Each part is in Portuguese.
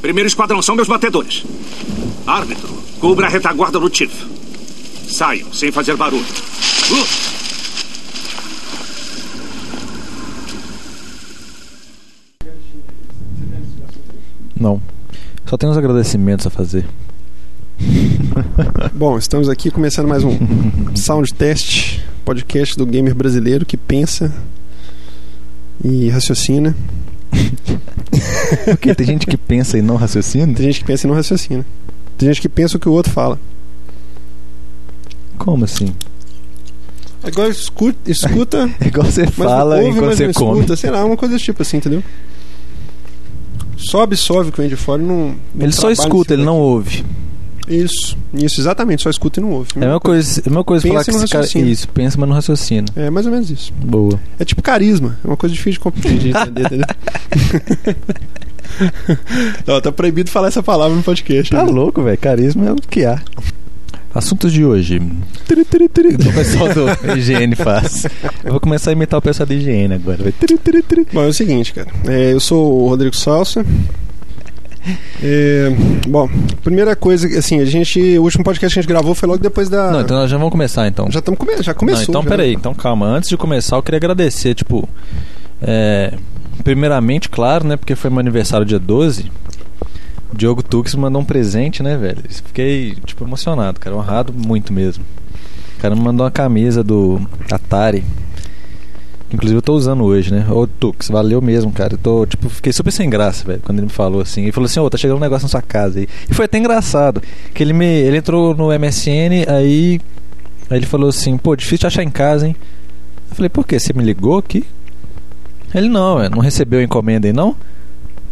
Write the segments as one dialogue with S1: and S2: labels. S1: Primeiro esquadrão são meus batedores. Árbitro, cubra a retaguarda do Tiff. Saiam, sem fazer barulho. Uh!
S2: Não. Só tem uns agradecimentos a fazer.
S3: Bom, estamos aqui começando mais um Sound Test, podcast do gamer brasileiro que pensa e raciocina.
S2: Porque tem gente que pensa e não raciocina?
S3: Tem gente que pensa e não raciocina. Tem gente que pensa o que o outro fala.
S2: Como assim?
S3: Agora escuta, escuta
S2: É igual você
S3: mas
S2: fala
S3: não ouve,
S2: enquanto
S3: mas
S2: você
S3: não
S2: come.
S3: escuta, sei lá, uma coisa desse tipo assim, entendeu? Só absorve o que vem de fora e não. não
S2: Ele só
S3: trabalha em
S2: escuta, ele
S3: cima
S2: não ouve.
S3: daquilo. Isso, isso, exatamente, só escuta e não ouve.
S2: É a mesma coisa, a mesma coisa
S3: Hum.
S2: falar
S3: Pensa
S2: que
S3: e não
S2: esse cara.
S3: raciocina.
S2: Isso, pensa, mas não raciocina.
S3: É mais ou menos isso.
S2: Boa.
S3: É tipo carisma, é uma coisa difícil de compreender, de entender, entendeu? Ó, tá proibido falar essa palavra no podcast.
S2: Tá
S3: né?
S2: louco, velho. Carisma é o que há. Assuntos de hoje. Tiri, tiri, tiri. O pessoal do IGN faz. Eu vou começar a imitar o pessoal do IGN agora. vai. Tiri, tiri, tiri.
S3: Bom, é o seguinte, cara. É, eu sou o Rodrigo Salsa. É, bom, primeira coisa, assim, a gente. O último podcast que a gente gravou foi logo depois da.
S2: Não, então nós já vamos começar então.
S3: Já estamos come... já começou.
S2: Não, então
S3: já.
S2: peraí, então calma. Antes de começar, eu queria agradecer, tipo. é, primeiramente, claro, né? Porque foi meu aniversário dia 12. Diogo Tux me mandou um presente, né, velho? Fiquei, tipo, emocionado, cara. Honrado muito mesmo. O cara me mandou uma camisa do Atari. que Inclusive eu tô usando hoje, né? Ô Tux, valeu mesmo, cara. Eu tô, tipo, fiquei super sem graça, velho, quando ele me falou assim. Ele falou assim, ô, tá chegando um negócio na sua casa aí. E foi até engraçado. Que ele me. Ele entrou no MSN, aí Aí ele falou assim, pô, difícil de achar em casa, hein? Eu falei, por quê? Você me ligou aqui? Ele, não, ué, não recebeu a encomenda aí, não?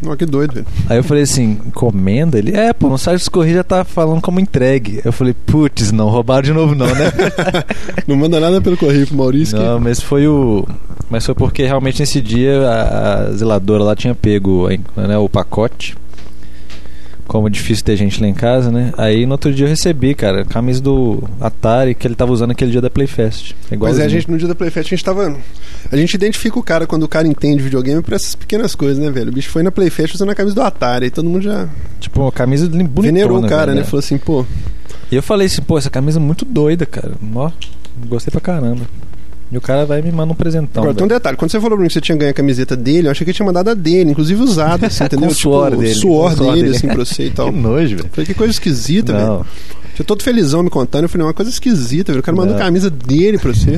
S3: Ó, que doido, velho.
S2: Aí eu falei assim, encomenda? Ele, é, pô, no site dos Correios já tá falando como entregue. Eu falei, putz, não, roubaram de novo não, né?
S3: Não manda nada pelo correio pro Maurício. que- é.
S2: não, mas foi o... Mas foi porque realmente nesse dia a, a zeladora lá tinha pego a en- né, o pacote. Como é difícil ter gente lá em casa, né? Aí no outro dia eu recebi, cara, a camisa do Atari que ele tava usando aquele dia da Playfest.
S3: Mas é, a
S2: Igualzinho.
S3: gente, no dia da Playfest, a gente tava. A gente identifica o cara quando o cara entende videogame por essas pequenas coisas, né, velho? O bicho foi na Playfest usando a camisa do Atari, e todo mundo já
S2: Tipo, uma camisa bonitona.
S3: venerou o cara,
S2: velho. Então,
S3: né? Falou assim, pô,
S2: E eu falei assim, pô, essa camisa é muito doida, cara. Ó, gostei pra caramba. E o cara vai e me manda um presentão.
S3: Agora, tem um
S2: velho.
S3: detalhe. Quando você falou pra mim que você tinha ganho a camiseta dele, eu achei que ele tinha mandado a dele, inclusive usada, assim, entendeu?
S2: o É suor dele,
S3: suor
S2: com o suor
S3: dele,
S2: dele.
S3: assim, pra você e tal.
S2: Que nojo, velho.
S3: Falei, que coisa esquisita, velho.
S2: Não,
S3: Eu todo felizão me contando. Eu falei, "É uma coisa esquisita, velho. O cara mandou
S2: Não.
S3: a camisa dele pra você.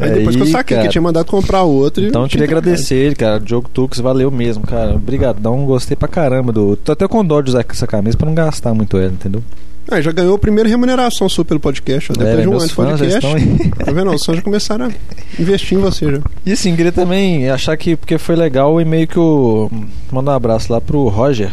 S3: Aí depois que eu
S2: Aí,
S3: saquei que
S2: cara.
S3: eu tinha mandado comprar outra.
S2: então eu queria agradecer ele, cara. Diogo Tux, valeu mesmo, cara. Obrigadão, gostei pra caramba. Do... Tô até com dó de usar essa camisa pra não gastar muito ela, entendeu?
S3: Ah, já ganhou a primeira remuneração sua pelo podcast. ó. Depois
S2: É,
S3: de um
S2: meus
S3: ano de
S2: fãs já
S3: podcast.
S2: estão aí.
S3: Tá vendo? Os fãs já começaram a investir em você já.
S2: E assim, queria também achar que, porque foi legal o e-mail que eu. Mandar um abraço lá pro Roger,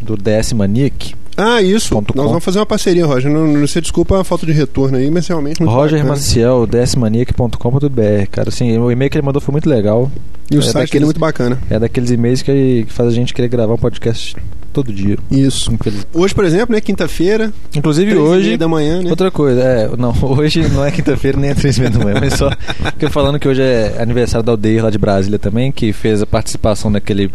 S2: do DS Maniac.
S3: Ah, isso.
S2: Ponto
S3: Nós
S2: com.
S3: vamos fazer uma parceria, Roger. Não, não sei, desculpa a falta de retorno aí, mas realmente muito
S2: Roger
S3: bacana.
S2: Maciel, dsmaniac.com.br. Cara, assim, o e-mail que ele mandou foi muito legal.
S3: E o
S2: é
S3: site dele é
S2: daqueles-
S3: muito bacana.
S2: É daqueles e-mails que, que faz a gente querer gravar um podcast todo dia.
S3: Isso.
S2: infeliz-
S3: Hoje, por exemplo, né? Quinta-feira.
S2: Inclusive
S3: três e meia
S2: hoje.
S3: da manhã, né?
S2: Outra coisa, é, não, hoje não é quinta-feira nem é três e meia da manhã, mas só porque falando que hoje é aniversário da aldeia lá de Brasília também, que fez a participação naquele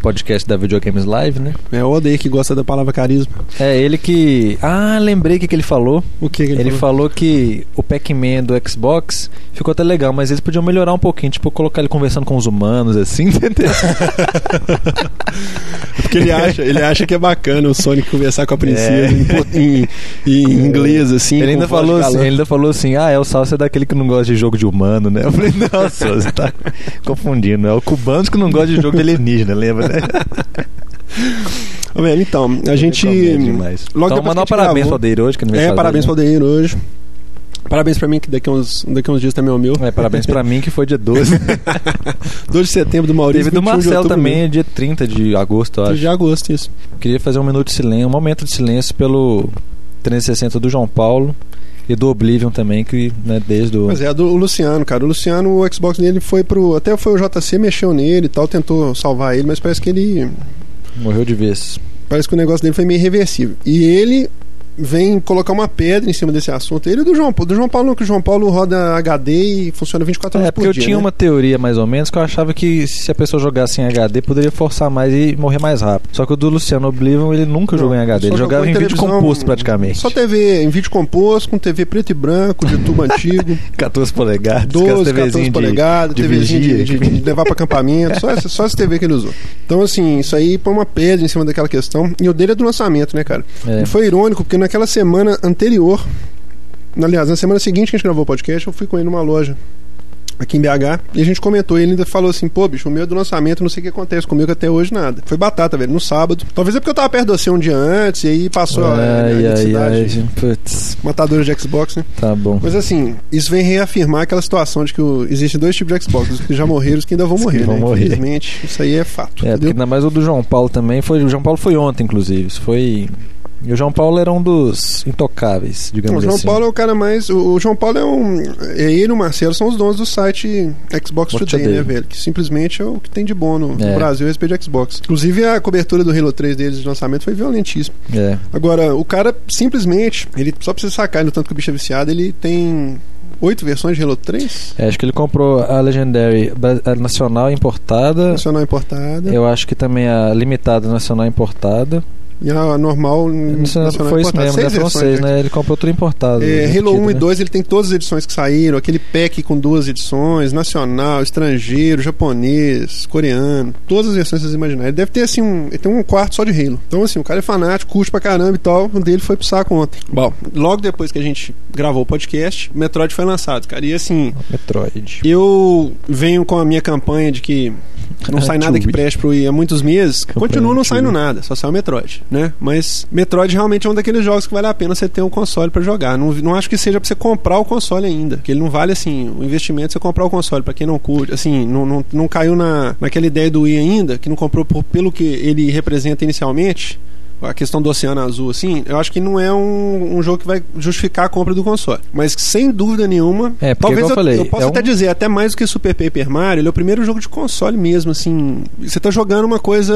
S2: podcast da Videogames Live, né?
S3: É o Odeio que gosta da palavra carisma.
S2: É ele que. Ah, lembrei o que, que ele falou.
S3: O que, que
S2: Ele falou que o Pac-Man do Xbox ficou até legal, mas eles podiam melhorar um pouquinho, tipo, colocar ele conversando com os humanos, assim, entendeu?
S3: Porque ele acha, ele acha que é bacana o Sonic conversar com a princesa
S2: É.
S3: em po- em, em inglês, assim.
S2: Ele ainda,
S3: com voz de
S2: falou assim,
S3: galã.
S2: ele ainda falou assim: Ah, é o Salsa é daquele que não gosta de jogo de humano, né? Eu falei: Nossa, você tá confundindo. É o cubano que não gosta de jogo de alienígena, lembra, né?
S3: Ô, velho, então, a gente.
S2: Comédia demais.
S3: logo depois
S2: então, mandar um
S3: que a gente
S2: parabéns
S3: gravou-
S2: pro Aldeir hoje, que é
S3: É,
S2: aniversário.
S3: parabéns pro
S2: dele,
S3: Aldeir hoje. Parabéns pra mim, que daqui a uns, daqui a uns dias também é o meu.
S2: né? É, parabéns pra mim, que foi dia 12.
S3: 2 de setembro do Maurício.
S2: Teve do
S3: 21 de
S2: Marcelo
S3: outubro
S2: também, dia 30 de agosto, eu
S3: meu.
S2: acho.
S3: De agosto, isso.
S2: Queria fazer um minuto de silêncio, um momento de silêncio pelo 360 do João Paulo e do Oblivion também, que né, desde o.
S3: Mas é, a do Luciano, cara. O Luciano, o Xbox dele foi pro. Até foi o JC, mexeu nele e tal, tentou salvar ele, mas parece que ele.
S2: Morreu de vez.
S3: Parece que o negócio dele foi meio irreversível. E ele vem colocar uma pedra em cima desse assunto. Ele e do João Paulo. Do João Paulo não, que o João Paulo roda HD e funciona 24 horas
S2: É,
S3: por
S2: porque
S3: dia.
S2: eu tinha
S3: né?
S2: uma teoria, mais ou menos, que eu achava que se a pessoa jogasse em HD, poderia forçar mais e morrer mais rápido. Só que o do Luciano Oblivion, ele nunca jogou em HD. Ele
S3: Só
S2: jogava
S3: jogou
S2: em vídeo
S3: televisão-
S2: composto, praticamente.
S3: Só TV em vídeo composto, com TV preto e branco, de tubo antigo,
S2: 14 polegadas,
S3: 12,
S2: 14
S3: 14 polegadas,
S2: de
S3: TVzinha de,
S2: vigia.
S3: de- de levar para acampamento, só essa, só essa TV que ele usou. Então, assim, isso aí põe uma pedra em cima daquela questão. E o dele é do lançamento, né, cara?
S2: É.
S3: E foi irônico, porque naquela semana anterior, aliás, na semana seguinte que a gente gravou o podcast, eu fui com ele numa loja aqui em BH, e a gente comentou, e ele ainda falou assim, pô, bicho, o meu é do lançamento, não sei o que acontece comigo até hoje, nada. Foi batata, velho, no sábado. Talvez é porque eu tava perto de você um dia antes, e aí passou a, a
S2: Ai, ai,
S3: eletricidade
S2: ai, gente, putz,
S3: matadora de Xbox, né?
S2: tá bom.
S3: Mas assim, isso vem reafirmar aquela situação de que o- existem dois tipos de Xbox, os que já morreram e os que ainda vão
S2: Os que
S3: morrer,
S2: vão
S3: né?
S2: morrer.
S3: Infelizmente, isso aí é fato,
S2: É, porque
S3: entendeu?
S2: ainda mais o do João Paulo também. Foi, o João Paulo foi ontem, inclusive. Isso foi. E o João Paulo era um dos intocáveis,
S3: Então,
S2: digamos
S3: o João
S2: assim.
S3: Paulo é o cara mais. O o João Paulo é um. é Ele e o Marcelo são os donos do site Xbox
S2: Watch
S3: Today,
S2: Today.
S3: né, velho? Que simplesmente é o que tem de bom no, no
S2: É.
S3: Brasil a respeito de Xbox. Inclusive, a cobertura do Halo 3 deles de lançamento foi violentíssima.
S2: É.
S3: Agora, o cara simplesmente, ele só pra você sacar, no tanto que o bicho é viciado, ele tem oito versões de Halo 3?
S2: É, acho que ele comprou a Legendary bra- a nacional importada.
S3: Nacional importada.
S2: Eu acho que também a limitada nacional importada.
S3: E a normal nacional
S2: Nacional- foi isso
S3: importada.
S2: mesmo, né?
S3: Seis
S2: Foram
S3: versões,
S2: seis,
S3: né?
S2: né? Ele comprou tudo importado.
S3: É,
S2: repetido,
S3: Halo 1 e
S2: né?
S3: 2 ele tem todas as edições que saíram, aquele pack com duas edições, nacional, estrangeiro, japonês, coreano, todas as versões que vocês imaginarem. Ele deve ter assim, um, ele tem um quarto só de Halo. Então assim, o cara é fanático, curte pra caramba e tal, o dele foi pro saco ontem. Bom, logo depois que a gente gravou o podcast, Metroid foi lançado, cara. E assim,
S2: Metroid.
S3: eu venho com a minha campanha de que não sai nada que
S2: Chewie.
S3: preste pro Wii há muitos meses.
S2: É Campanha
S3: Continua não
S2: Chewie.
S3: saindo nada, só sai o Metroid, né? Mas Metroid realmente é um daqueles jogos que vale a pena você ter um console pra jogar. Não, não acho que seja pra você comprar o console ainda, que ele não vale assim, o investimento de você comprar o console pra quem não curte, assim, não, não, não caiu na, naquela ideia do Wii ainda, que não comprou por- pelo que ele representa inicialmente. A questão do Oceano Azul, assim, eu acho que não é um, um jogo que vai justificar a compra do console. Mas sem dúvida nenhuma,
S2: É, porque
S3: talvez
S2: igual eu falei,
S3: eu possa
S2: é um-
S3: até dizer, até mais do que Super Paper Mario, ele é o primeiro jogo de console mesmo, assim. Você tá jogando uma coisa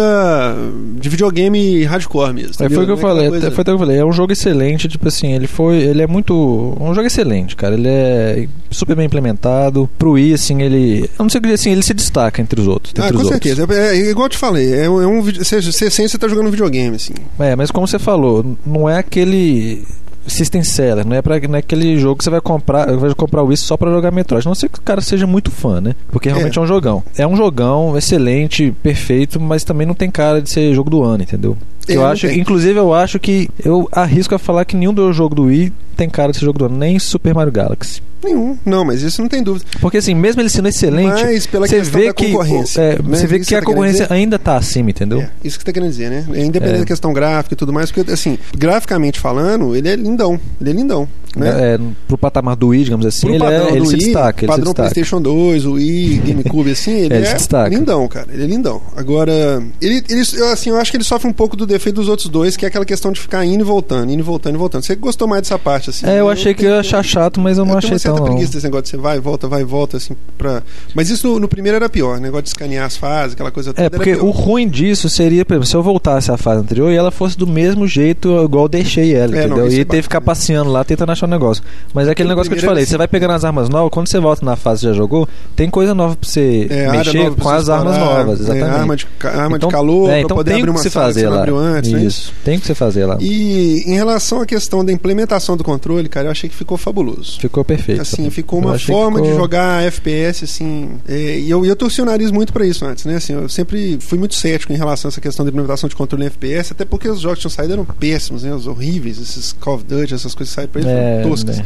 S3: de videogame hardcore mesmo.
S2: É,
S3: entendeu?
S2: foi o que eu
S3: Não é aquela
S2: falei,
S3: coisa-
S2: até- foi o que eu falei. É um jogo excelente, tipo assim, ele foi. Ele é muito. Um jogo excelente, cara. Ele é super bem implementado. Pro Wii, assim, ele. Eu não sei o que dizer, assim, ele se destaca entre os outros.
S3: Ah,
S2: entre
S3: com
S2: os
S3: certeza. É, é igual eu te falei, é, um- é um vídeo. Você, você sente que você tá jogando um videogame, assim.
S2: Outros. É, mas como você falou, não é aquele. System seller, não é, pra, não é aquele jogo que você vai comprar, vai comprar o Wii só pra jogar Metroid. A não ser que o cara seja muito fã, né? Porque realmente é. um jogão. É um jogão excelente, perfeito, mas também não tem cara de ser jogo do ano, entendeu?
S3: É,
S2: eu
S3: não
S2: acho,
S3: tem.
S2: inclusive eu acho que eu arrisco a falar que nenhum do jogo do Wii tem cara desse jogo do ano, nem Super Mario Galaxy.
S3: Nenhum. Não, mas isso não tem dúvida.
S2: Porque assim, mesmo ele sendo excelente,
S3: mas pela
S2: você
S3: questão
S2: vê
S3: da
S2: que
S3: concorrência.
S2: é,
S3: né?
S2: você vê
S3: Isso
S2: que a
S3: tá querendo dizer?
S2: concorrência ainda tá acima, entendeu?
S3: É, isso que você tá querendo dizer, né? É Independente
S2: É.
S3: da questão gráfica e tudo mais, porque, assim, graficamente falando, ele é lindão. Ele é lindão, né?
S2: É, pro patamar do Wii, digamos assim,
S3: Pro
S2: ele,
S3: padrão
S2: é,
S3: do
S2: ele se
S3: Wii,
S2: destaca, ele se
S3: padrão
S2: destaca.
S3: PlayStation 2, o Wii, GameCube, assim, ele,
S2: É, ele
S3: é
S2: se destaca.
S3: lindão, cara. Ele é lindão. Agora, ele, ele- eu, assim, eu acho que ele sofre um pouco do defeito dos outros dois, que é aquela questão de ficar indo e voltando, indo e voltando e voltando. Você gostou mais dessa parte, assim?
S2: É, eu achei que eu ia
S3: tenho-
S2: achar chato, mas eu não
S3: eu tenho
S2: achei
S3: uma certa
S2: tão não.
S3: preguiça desse negócio de você vai e volta, vai e volta, assim, pra... Mas isso no, no primeiro era pior, negócio de escanear as fases, aquela coisa toda.
S2: É,
S3: era
S2: porque
S3: pior.
S2: o ruim disso seria, por exemplo, se eu voltasse à fase anterior e ela fosse do mesmo jeito, igual eu deixei ela,
S3: É, não,
S2: entendeu?
S3: isso é
S2: e ter
S3: bacana.
S2: que ficar passeando lá tentando achar um negócio. Mas é aquele
S3: No
S2: negócio que eu te
S3: primeiro assim
S2: falei,
S3: era
S2: você vai pegando as armas novas, quando você volta na fase que já jogou, tem coisa nova pra você
S3: É, área
S2: mexer
S3: nova pra
S2: com
S3: você
S2: as armas
S3: explorar,
S2: novas,
S3: né,
S2: exatamente.
S3: arma de, ca- arma de calor,
S2: é,
S3: pra
S2: então
S3: poder
S2: tem
S3: abrir
S2: o que
S3: uma
S2: se
S3: sala que
S2: fazer
S3: você não
S2: lá.
S3: abriu antes, né?
S2: isso, tem o que você fazer lá.
S3: E em relação à questão da implementação do controle, cara, eu achei que ficou fabuloso.
S2: Ficou perfeito.
S3: Assim, ficou
S2: Eu
S3: uma
S2: achei que
S3: forma de
S2: ficou-
S3: jogar FPS, assim. é, e eu, e eu torci o nariz muito pra isso antes, né? Assim, eu sempre fui muito cético em relação a essa questão da implementação de controle em FPS, até porque os jogos que tinham saído eram péssimos, né? Os horríveis, esses Call of Duty, essas coisas que saíram pra eles
S2: É,
S3: foram toscas.
S2: né?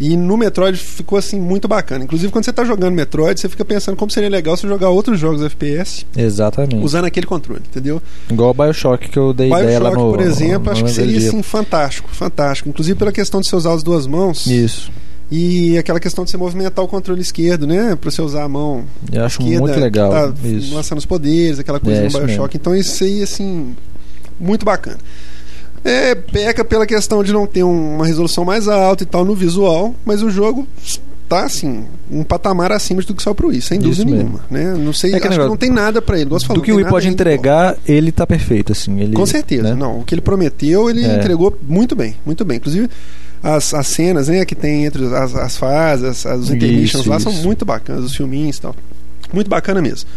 S3: E no Metroid ficou, assim, muito bacana. Inclusive, quando você tá jogando Metroid, você fica pensando como seria legal se jogar outros jogos FPS
S2: Exatamente.
S3: usando aquele controle, entendeu?
S2: Igual o Bioshock que eu dei ideia lá
S3: Bioshock,
S2: no.
S3: por exemplo,
S2: no
S3: acho que
S2: Android.
S3: seria, assim, fantástico, fantástico. Inclusive pela questão de você usar as duas mãos.
S2: Isso.
S3: E aquela questão de você movimentar o controle esquerdo, né? Pra você usar a mão
S2: Eu acho
S3: esquerda.
S2: muito
S3: que
S2: legal.
S3: Tá
S2: isso.
S3: lançando os poderes, aquela coisa
S2: É,
S3: no
S2: isso
S3: Bioshock. Então isso aí, assim, muito bacana. É, peca pela questão de não ter um- uma resolução mais alta e tal no visual, mas o jogo tá assim, um patamar acima de tudo que saiu pro Wii, sem
S2: Isso
S3: dúvida
S2: mesmo.
S3: nenhuma. Né? Não sei,
S2: É
S3: acho
S2: aquele
S3: que
S2: negócio-
S3: não tem nada pra ele. igual você falou,
S2: Do que
S3: não
S2: o Wii
S3: tem nada
S2: pode
S3: ainda,
S2: entregar, ele tá perfeito, assim. Ele,
S3: Com certeza,
S2: né?
S3: não. O que ele prometeu, ele
S2: É.
S3: entregou muito bem, muito bem. Inclusive, as, as cenas né, que tem entre as, as fases, as, as intermissions
S2: Isso,
S3: lá são
S2: isso.
S3: muito bacanas, os filminhos e tal. Muito bacana mesmo.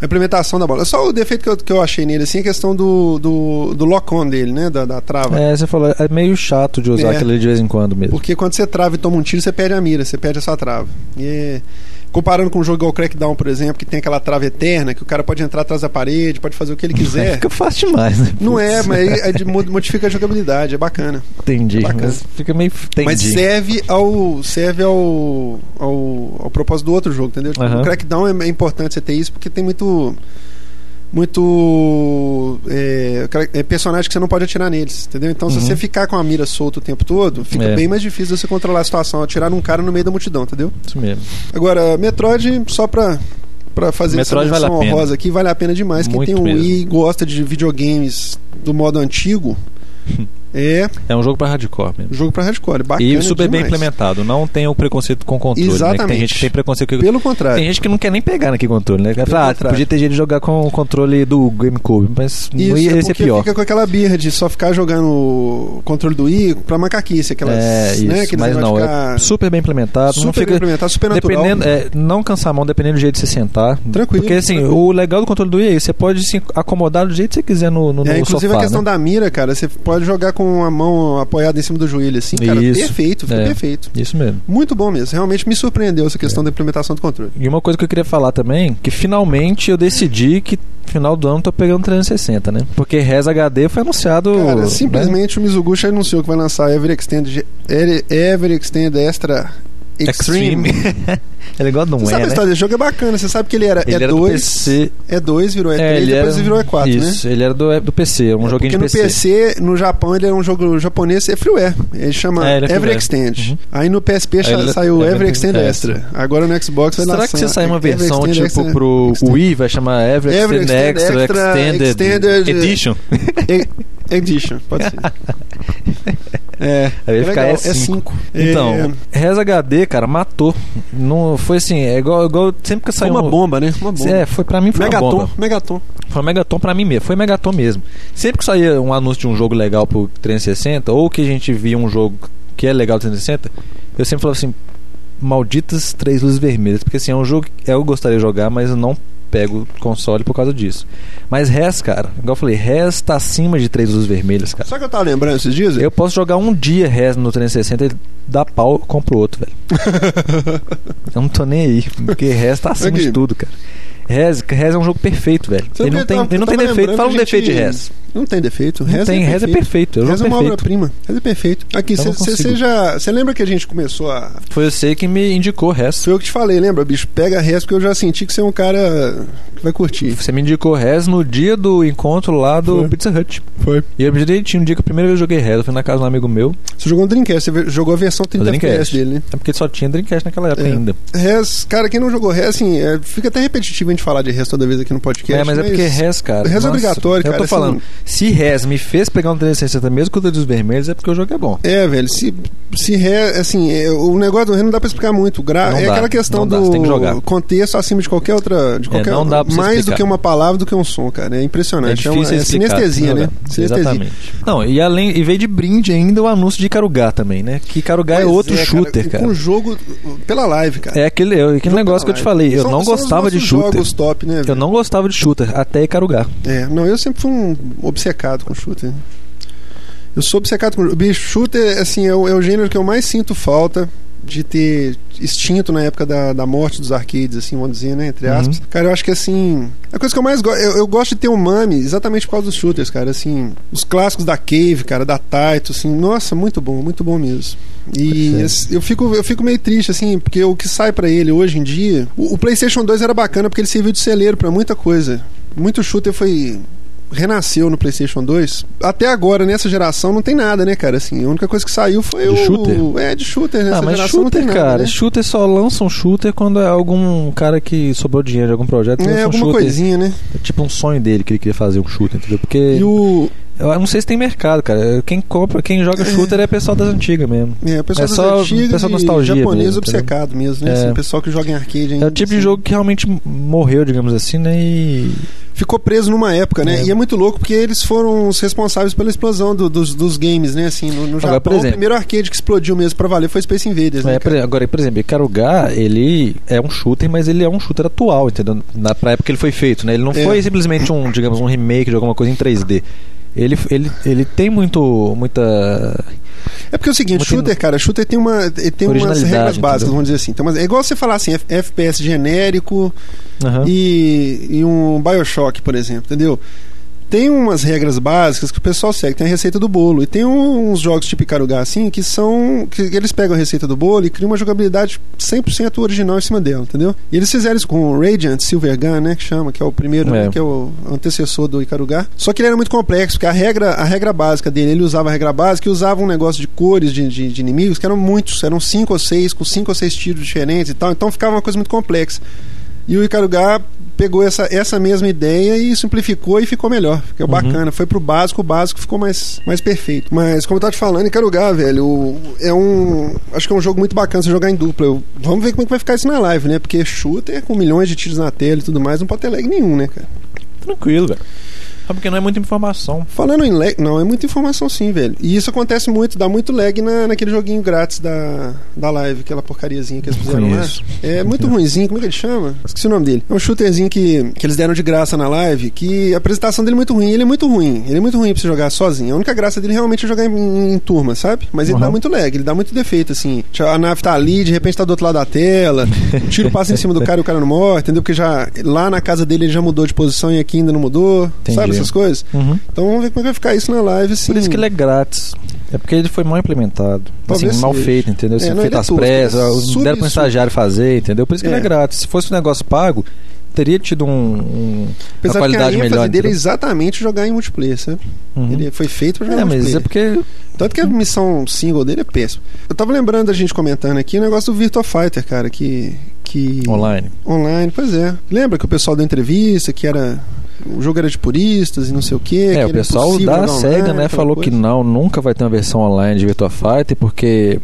S3: A implementação da bola. Só o defeito que eu, que eu achei nele, assim, é a questão do, do, do lock-on dele, né? Da, da trava.
S2: É, você falou, é meio chato de usar
S3: É.
S2: aquele de vez em quando mesmo.
S3: Porque quando você trava e toma um tiro, você perde a mira, você perde a sua trava. E é- comparando com um jogo igual o Crackdown, por exemplo, que tem aquela trava eterna, que o cara pode entrar atrás da parede, pode fazer o que ele
S2: Aí
S3: quiser.
S2: Fica fácil demais, né?
S3: é. Não é,
S2: Putz,
S3: mas aí é de, mo- modifica a jogabilidade, é bacana.
S2: Entendi.
S3: é bacana.
S2: mas fica meio. Entendi.
S3: Mas é. serve ao serve ao, ao, ao propósito do outro jogo, entendeu? Tipo,
S2: Aham.
S3: O Crackdown é, é importante você ter isso porque tem muito muito é, cra- é, personagem que você não pode atirar neles, entendeu? Então se
S2: Uhum.
S3: você ficar com a mira solta o tempo todo, fica
S2: É.
S3: bem mais difícil você controlar a situação, atirar num cara no meio da multidão, entendeu?
S2: Isso mesmo.
S3: Agora, Metroid, só pra, pra fazer
S2: Metroid
S3: essa
S2: vale
S3: menção
S2: a pena.
S3: honrosa aqui, vale a pena demais. Quem
S2: Muito
S3: tem um
S2: mesmo.
S3: Wii e gosta de videogames do modo antigo, é
S2: É um jogo pra hardcore mesmo.
S3: jogo pra hardcore. Bacana
S2: e super bem
S3: demais.
S2: implementado. Não tem o preconceito com controle. né? Que Tem
S3: Exatamente.
S2: gente que tem preconceito com
S3: Pelo contrário.
S2: Tem gente que não quer nem pegar naquele controle, né?
S3: É. Pelo
S2: Fala, ah,
S3: contrário.
S2: podia ter jeito de jogar com o controle do GameCube, mas não
S3: Isso,
S2: ia
S3: é
S2: ser
S3: porque
S2: pior.
S3: fica com aquela birra de só ficar jogando o controle do I pra macaquice, aquelas,
S2: É, isso,
S3: né, aqueles
S2: mas
S3: negócio
S2: não,
S3: de
S2: é
S3: ficar
S2: super bem implementado.
S3: super
S2: não
S3: bem
S2: fica,
S3: implementado, super natural.
S2: Dependendo, é, não cansar a mão, dependendo do jeito de você sentar.
S3: Tranquilo,
S2: Porque assim,
S3: tranquilo.
S2: o legal do controle do Wii é isso, você pode se acomodar do jeito que você quiser no, no, no
S3: É, inclusive
S2: sofá.
S3: a questão
S2: né?
S3: da mira, cara, você pode jogar com a mão apoiada em cima do joelho, assim, cara,
S2: Isso,
S3: perfeito, fica
S2: é.
S3: perfeito.
S2: Isso mesmo.
S3: Muito bom mesmo, realmente me surpreendeu essa questão da implementação do controle.
S2: E uma coisa que eu queria falar também, que finalmente eu decidi que final do ano eu tô pegando 360, né? Porque Res HD foi anunciado.
S3: Cara,
S2: né?
S3: simplesmente o Mizuguchi anunciou que vai lançar a Ever Extend, Ever- Ever Extend Extra Extreme.
S2: Extreme. Ele gosta de um
S3: Você
S2: E,
S3: sabe a
S2: né?
S3: história desse jogo é bacana, você sabe que ele era é
S2: Ele era do
S3: E2,
S2: PC.
S3: E2 virou E3
S2: É,
S3: e
S2: ele
S3: depois
S2: era-
S3: virou E4, né? É,
S2: Isso, ele era do, do PC, um joguinho
S3: Porque
S2: de
S3: no
S2: PC.
S3: PC, no Japão, ele é um jogo japonês, é freeware. Ele chama
S2: É, ele é
S3: Ever
S2: freeware.
S3: Extend.
S2: Uhum.
S3: Aí no PSP sa-
S2: ele-
S3: saiu
S2: ele-
S3: Ever Extend
S2: é.
S3: Extra. Agora no Xbox vai
S2: Será
S3: lançar...
S2: que se sair uma
S3: Ever
S2: versão
S3: Extend
S2: tipo
S3: Extra-
S2: pro
S3: Extend-
S2: Wii, vai chamar Ever
S3: Ever
S2: Extend
S3: Extend
S2: Extra,
S3: Extra,
S2: Extended,
S3: Extended-
S2: Edition?
S3: E- Edition, pode ser. é,
S2: Aí vai ficar
S3: legal,
S2: S5.
S3: é 5.
S2: Então, Res HD, cara, matou. Não, foi assim, é igual, igual sempre que
S3: foi
S2: saiu
S3: uma
S2: um-
S3: bomba, né? Uma bomba.
S2: É, foi pra mim foi uma
S3: Megaton,
S2: bomba.
S3: Megaton.
S2: Foi um Megaton pra mim mesmo, foi Megaton mesmo. Sempre que saía um anúncio de um jogo legal pro 360, ou que a gente via um jogo que é legal pro 360, eu sempre falava assim, malditas três luzes vermelhas, porque assim, é um jogo que eu gostaria de jogar, mas eu não pego console por causa disso. Mas Res, cara, igual eu falei, Res tá acima de três luzes vermelhas, cara.
S3: Só que eu tava lembrando esses dias?
S2: Eu posso jogar um dia Res no 360 e dá pau, eu compro outro, velho. eu não tô nem aí, porque Res tá acima
S3: Aqui.
S2: de tudo, cara. Res, Res é um jogo perfeito, velho.
S3: Você
S2: Ele não
S3: vê,
S2: tem,
S3: tava-
S2: ele não tem
S3: tava
S2: defeito.
S3: lembrando
S2: Fala um
S3: que a gente-
S2: defeito de Res.
S3: Não tem defeito.
S2: Não tem, Res é perfeito. É um
S3: Rez é
S2: jogo
S3: uma
S2: perfeito. Então
S3: obra-prima. Rez é perfeito. Aqui,
S2: Eu não consigo.
S3: você já. Você lembra que a gente começou a
S2: Foi você que me indicou Res.
S3: Foi eu que te falei, lembra, bicho? Pega a res, porque eu já senti que você é um cara que vai curtir.
S2: Você me indicou Res no dia do encontro lá do
S3: Foi.
S2: Pizza Hut.
S3: Foi.
S2: E eu me direitinho, um dia que a primeira vez eu joguei Res, eu fui na casa de um amigo meu,
S3: Você jogou no Dreamcast, você ve- jogou a versão 30
S2: Dreamcast.
S3: FPS dele, né?
S2: é porque só tinha Dreamcast naquela época
S3: É.
S2: ainda.
S3: Res, cara, quem não jogou res, assim, é, fica até repetitivo a gente falar de res toda vez aqui no podcast.
S2: É, mas é porque Res, cara.
S3: Res é obrigatório,
S2: Eu
S3: cara,
S2: tô
S3: assim-
S2: falando, se Res me fez pegar um 360 mesmo com o dedos vermelhos, é porque o jogo é bom.
S3: É, velho, se, se ré, assim, é, o negócio do ré não dá pra explicar muito. Gra
S2: Não
S3: é
S2: dá,
S3: aquela questão
S2: não dá,
S3: do
S2: você tem que jogar. É,
S3: contexto acima de qualquer outra. De qualquer,
S2: não dá pra você
S3: mais do
S2: explicar.
S3: que uma palavra, do que um som, cara. É impressionante.
S2: É difícil
S3: uma- é
S2: explicar,
S3: sinestesia,
S2: tem
S3: né?
S2: que jogar.
S3: Sinestesia.
S2: Exatamente. Não, e além e veio de brinde ainda o anúncio de Karugá também, né? Que Karugá é
S3: Pois
S2: outro
S3: cara,
S2: shooter, cara.
S3: Um jogo pela live, cara.
S2: É aquele, é aquele
S3: Jogo
S2: negócio que eu te
S3: pela
S2: falei,
S3: live.
S2: eu
S3: São-
S2: não
S3: são os
S2: gostava de
S3: nossos
S2: shooter.
S3: jogos top, né?
S2: Eu
S3: velho?
S2: não gostava de shooter, até Karugá.
S3: É, não, eu sempre fui um obcecado com shooter. Eu sou obcecado com bicho, shooter, assim, é o, é o gênero que eu mais sinto falta de ter extinto na época da, da morte dos arcades, assim, vamos dizer, né,
S2: Uhum.
S3: entre aspas. Cara, eu acho que, assim, a coisa que eu mais gosto, eu, eu gosto de ter um mame exatamente por causa dos shooters, cara, assim, os clássicos da Cave, cara, da Taito, assim, nossa, muito bom, muito bom mesmo. E
S2: Pode ser.
S3: assim, eu fico, eu fico meio triste, assim, porque o que sai pra ele hoje em dia. O, o PlayStation 2 era bacana porque ele serviu de celeiro pra muita coisa. Muito shooter foi. Renasceu no PlayStation 2. Até agora, nessa geração, não tem nada, né, cara? Assim, a única coisa que saiu foi
S2: De
S3: o.
S2: shooter?
S3: É, de shooter, né?
S2: ah,
S3: Essa
S2: mas
S3: geração não
S2: shooter,
S3: tem nada,
S2: cara,
S3: né?
S2: shooter só lança um shooter quando é algum cara que sobrou dinheiro de algum projeto. lança
S3: É
S2: um
S3: alguma
S2: shooter.
S3: coisinha, né?
S2: É tipo um sonho dele que ele queria fazer um shooter, entendeu? Porque
S3: E o.
S2: Eu não sei se tem mercado, cara. Quem compra, quem joga shooter é, pessoal das antigas mesmo.
S3: É, o pessoal
S2: É
S3: das
S2: só-
S3: antigas
S2: pessoal
S3: e
S2: nostalgia
S3: japonês
S2: mesmo, entendeu?
S3: obcecado mesmo, né?
S2: É.
S3: Assim, o pessoal que joga em arcade ainda.
S2: É o tipo de
S3: assim.
S2: jogo que realmente morreu, digamos assim, né? E.
S3: Ficou preso numa época, né?
S2: É.
S3: E é muito louco porque eles foram os responsáveis pela explosão do- dos, dos games, né? Assim, no, no Japão,
S2: por exemplo-
S3: o primeiro arcade que explodiu mesmo pra valer foi Space Invaders, né?
S2: É, por
S3: cara?
S2: exemplo, agora, por exemplo, Ikaruga, ele é um shooter, mas ele é um shooter atual, entendeu? Na pra época que ele foi feito, né? Ele não
S3: É.
S2: foi simplesmente um, digamos, um remake de alguma coisa em 3D. Ele, ele, ele tem muito. muita.
S3: É porque é o seguinte,
S2: Muito
S3: shooter, cara, shooter tem uma ele tem umas
S2: Originalidade,
S3: regras básicas,
S2: entendeu?
S3: vamos dizer assim. Tem umas- é igual você falar assim, F- FPS genérico
S2: Aham.
S3: e, e um BioShock, por exemplo, entendeu? Tem umas regras básicas que o pessoal segue, tem a receita do bolo. E tem um- uns jogos tipo Icaruga, assim, que são. que eles pegam a receita do bolo e criam uma jogabilidade 100% original em cima dela, entendeu? E eles fizeram isso com o Radiant Silver Gun, né? Que chama, que é o primeiro,
S2: É.
S3: né, que é o antecessor do Icaruga. Só que ele era muito complexo, porque a regra, a regra básica dele, ele usava a regra básica e usava um negócio de cores de, de- de inimigos, que eram muitos, eram cinco ou seis, com cinco ou seis tiros diferentes e tal. Então ficava uma coisa muito complexa. E o Icaruga pegou essa, essa mesma ideia e simplificou e ficou melhor. Ficou bacana. Foi pro básico, o básico ficou mais, mais perfeito. Mas, como eu tava te falando, Icaruga, velho, o- é um. Acho que é um jogo muito bacana você jogar em dupla. Eu- vamos ver como é que vai ficar isso na live, né? Porque shooter com milhões de tiros na tela e tudo mais, não pode ter lag nenhum, né, cara?
S2: Tranquilo, velho. Só porque não é muita informação.
S3: Falando em lag, não, é muita informação sim, velho. E isso acontece muito, dá muito lag na, naquele joguinho grátis da, da live, aquela porcariazinha que eles
S2: Não
S3: fizeram
S2: conheço.
S3: lá. É muito ruimzinho, como é que ele chama? Esqueci o nome dele. É um shooterzinho que, que eles deram de graça na live, que a apresentação dele é muito ruim, ele é muito ruim. Ele é muito ruim pra você jogar sozinho. A única graça dele realmente é jogar em, em turma, sabe? Mas ele
S2: Uhum.
S3: dá muito lag, ele dá muito defeito, assim. A nave tá ali, de repente tá do outro lado da tela, o tiro passa em cima do cara e o cara não morre, entendeu? Porque já lá na casa dele ele já mudou de posição e aqui ainda não mudou. Sabe
S2: Entendi.
S3: essas coisas?
S2: Uhum.
S3: Então vamos ver como é que vai ficar isso na live, assim.
S2: Por isso que ele é grátis. É porque ele foi mal implementado.
S3: Talvez
S2: assim, mal
S3: seja.
S2: feito, entendeu? Assim,
S3: É, não, ele
S2: feito
S3: é
S2: às
S3: tosco,
S2: pressas,
S3: ele é
S2: os-
S3: sub-
S2: deram para um
S3: sub-
S2: estagiário fazer, entendeu? Por isso que ele
S3: É.
S2: é grátis. Se fosse um negócio pago, teria tido um, um- uma
S3: Apesar
S2: qualidade
S3: que a
S2: melhor.
S3: ênfase dele
S2: entendeu?
S3: é exatamente jogar em multiplayer, sabe?
S2: Uhum.
S3: Ele foi feito pra jogar
S2: É,
S3: em
S2: mas é
S3: multiplayer.
S2: porque.
S3: Tanto que a missão single dele é péssima. Eu tava lembrando da gente comentando aqui o negócio do Virtua Fighter, cara, que. que...
S2: Online.
S3: Online, pois é. Lembra que o pessoal da entrevista, que era. O jogo era de puristas e não sei o quê. que
S2: É,
S3: era
S2: o pessoal
S3: impossível
S2: da
S3: jogar online,
S2: SEGA, né,
S3: aquela
S2: falou
S3: coisa.
S2: que não, nunca vai ter uma versão online de Virtua Fighter, porque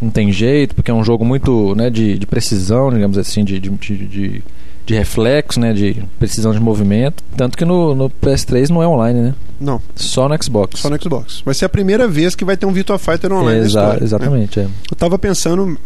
S2: não tem jeito, porque é um jogo muito, né, de, de precisão, digamos assim, de, de, de, de- de reflexo, né, de precisão de movimento. Tanto que no, no PS3 não é online, né?
S3: Não,
S2: Só no Xbox.
S3: só no Xbox. Vai ser a primeira vez que vai ter um Virtua Fighter online. na
S2: Exa-
S3: história, né?
S2: Exatamente, é.
S3: Eu tava pensando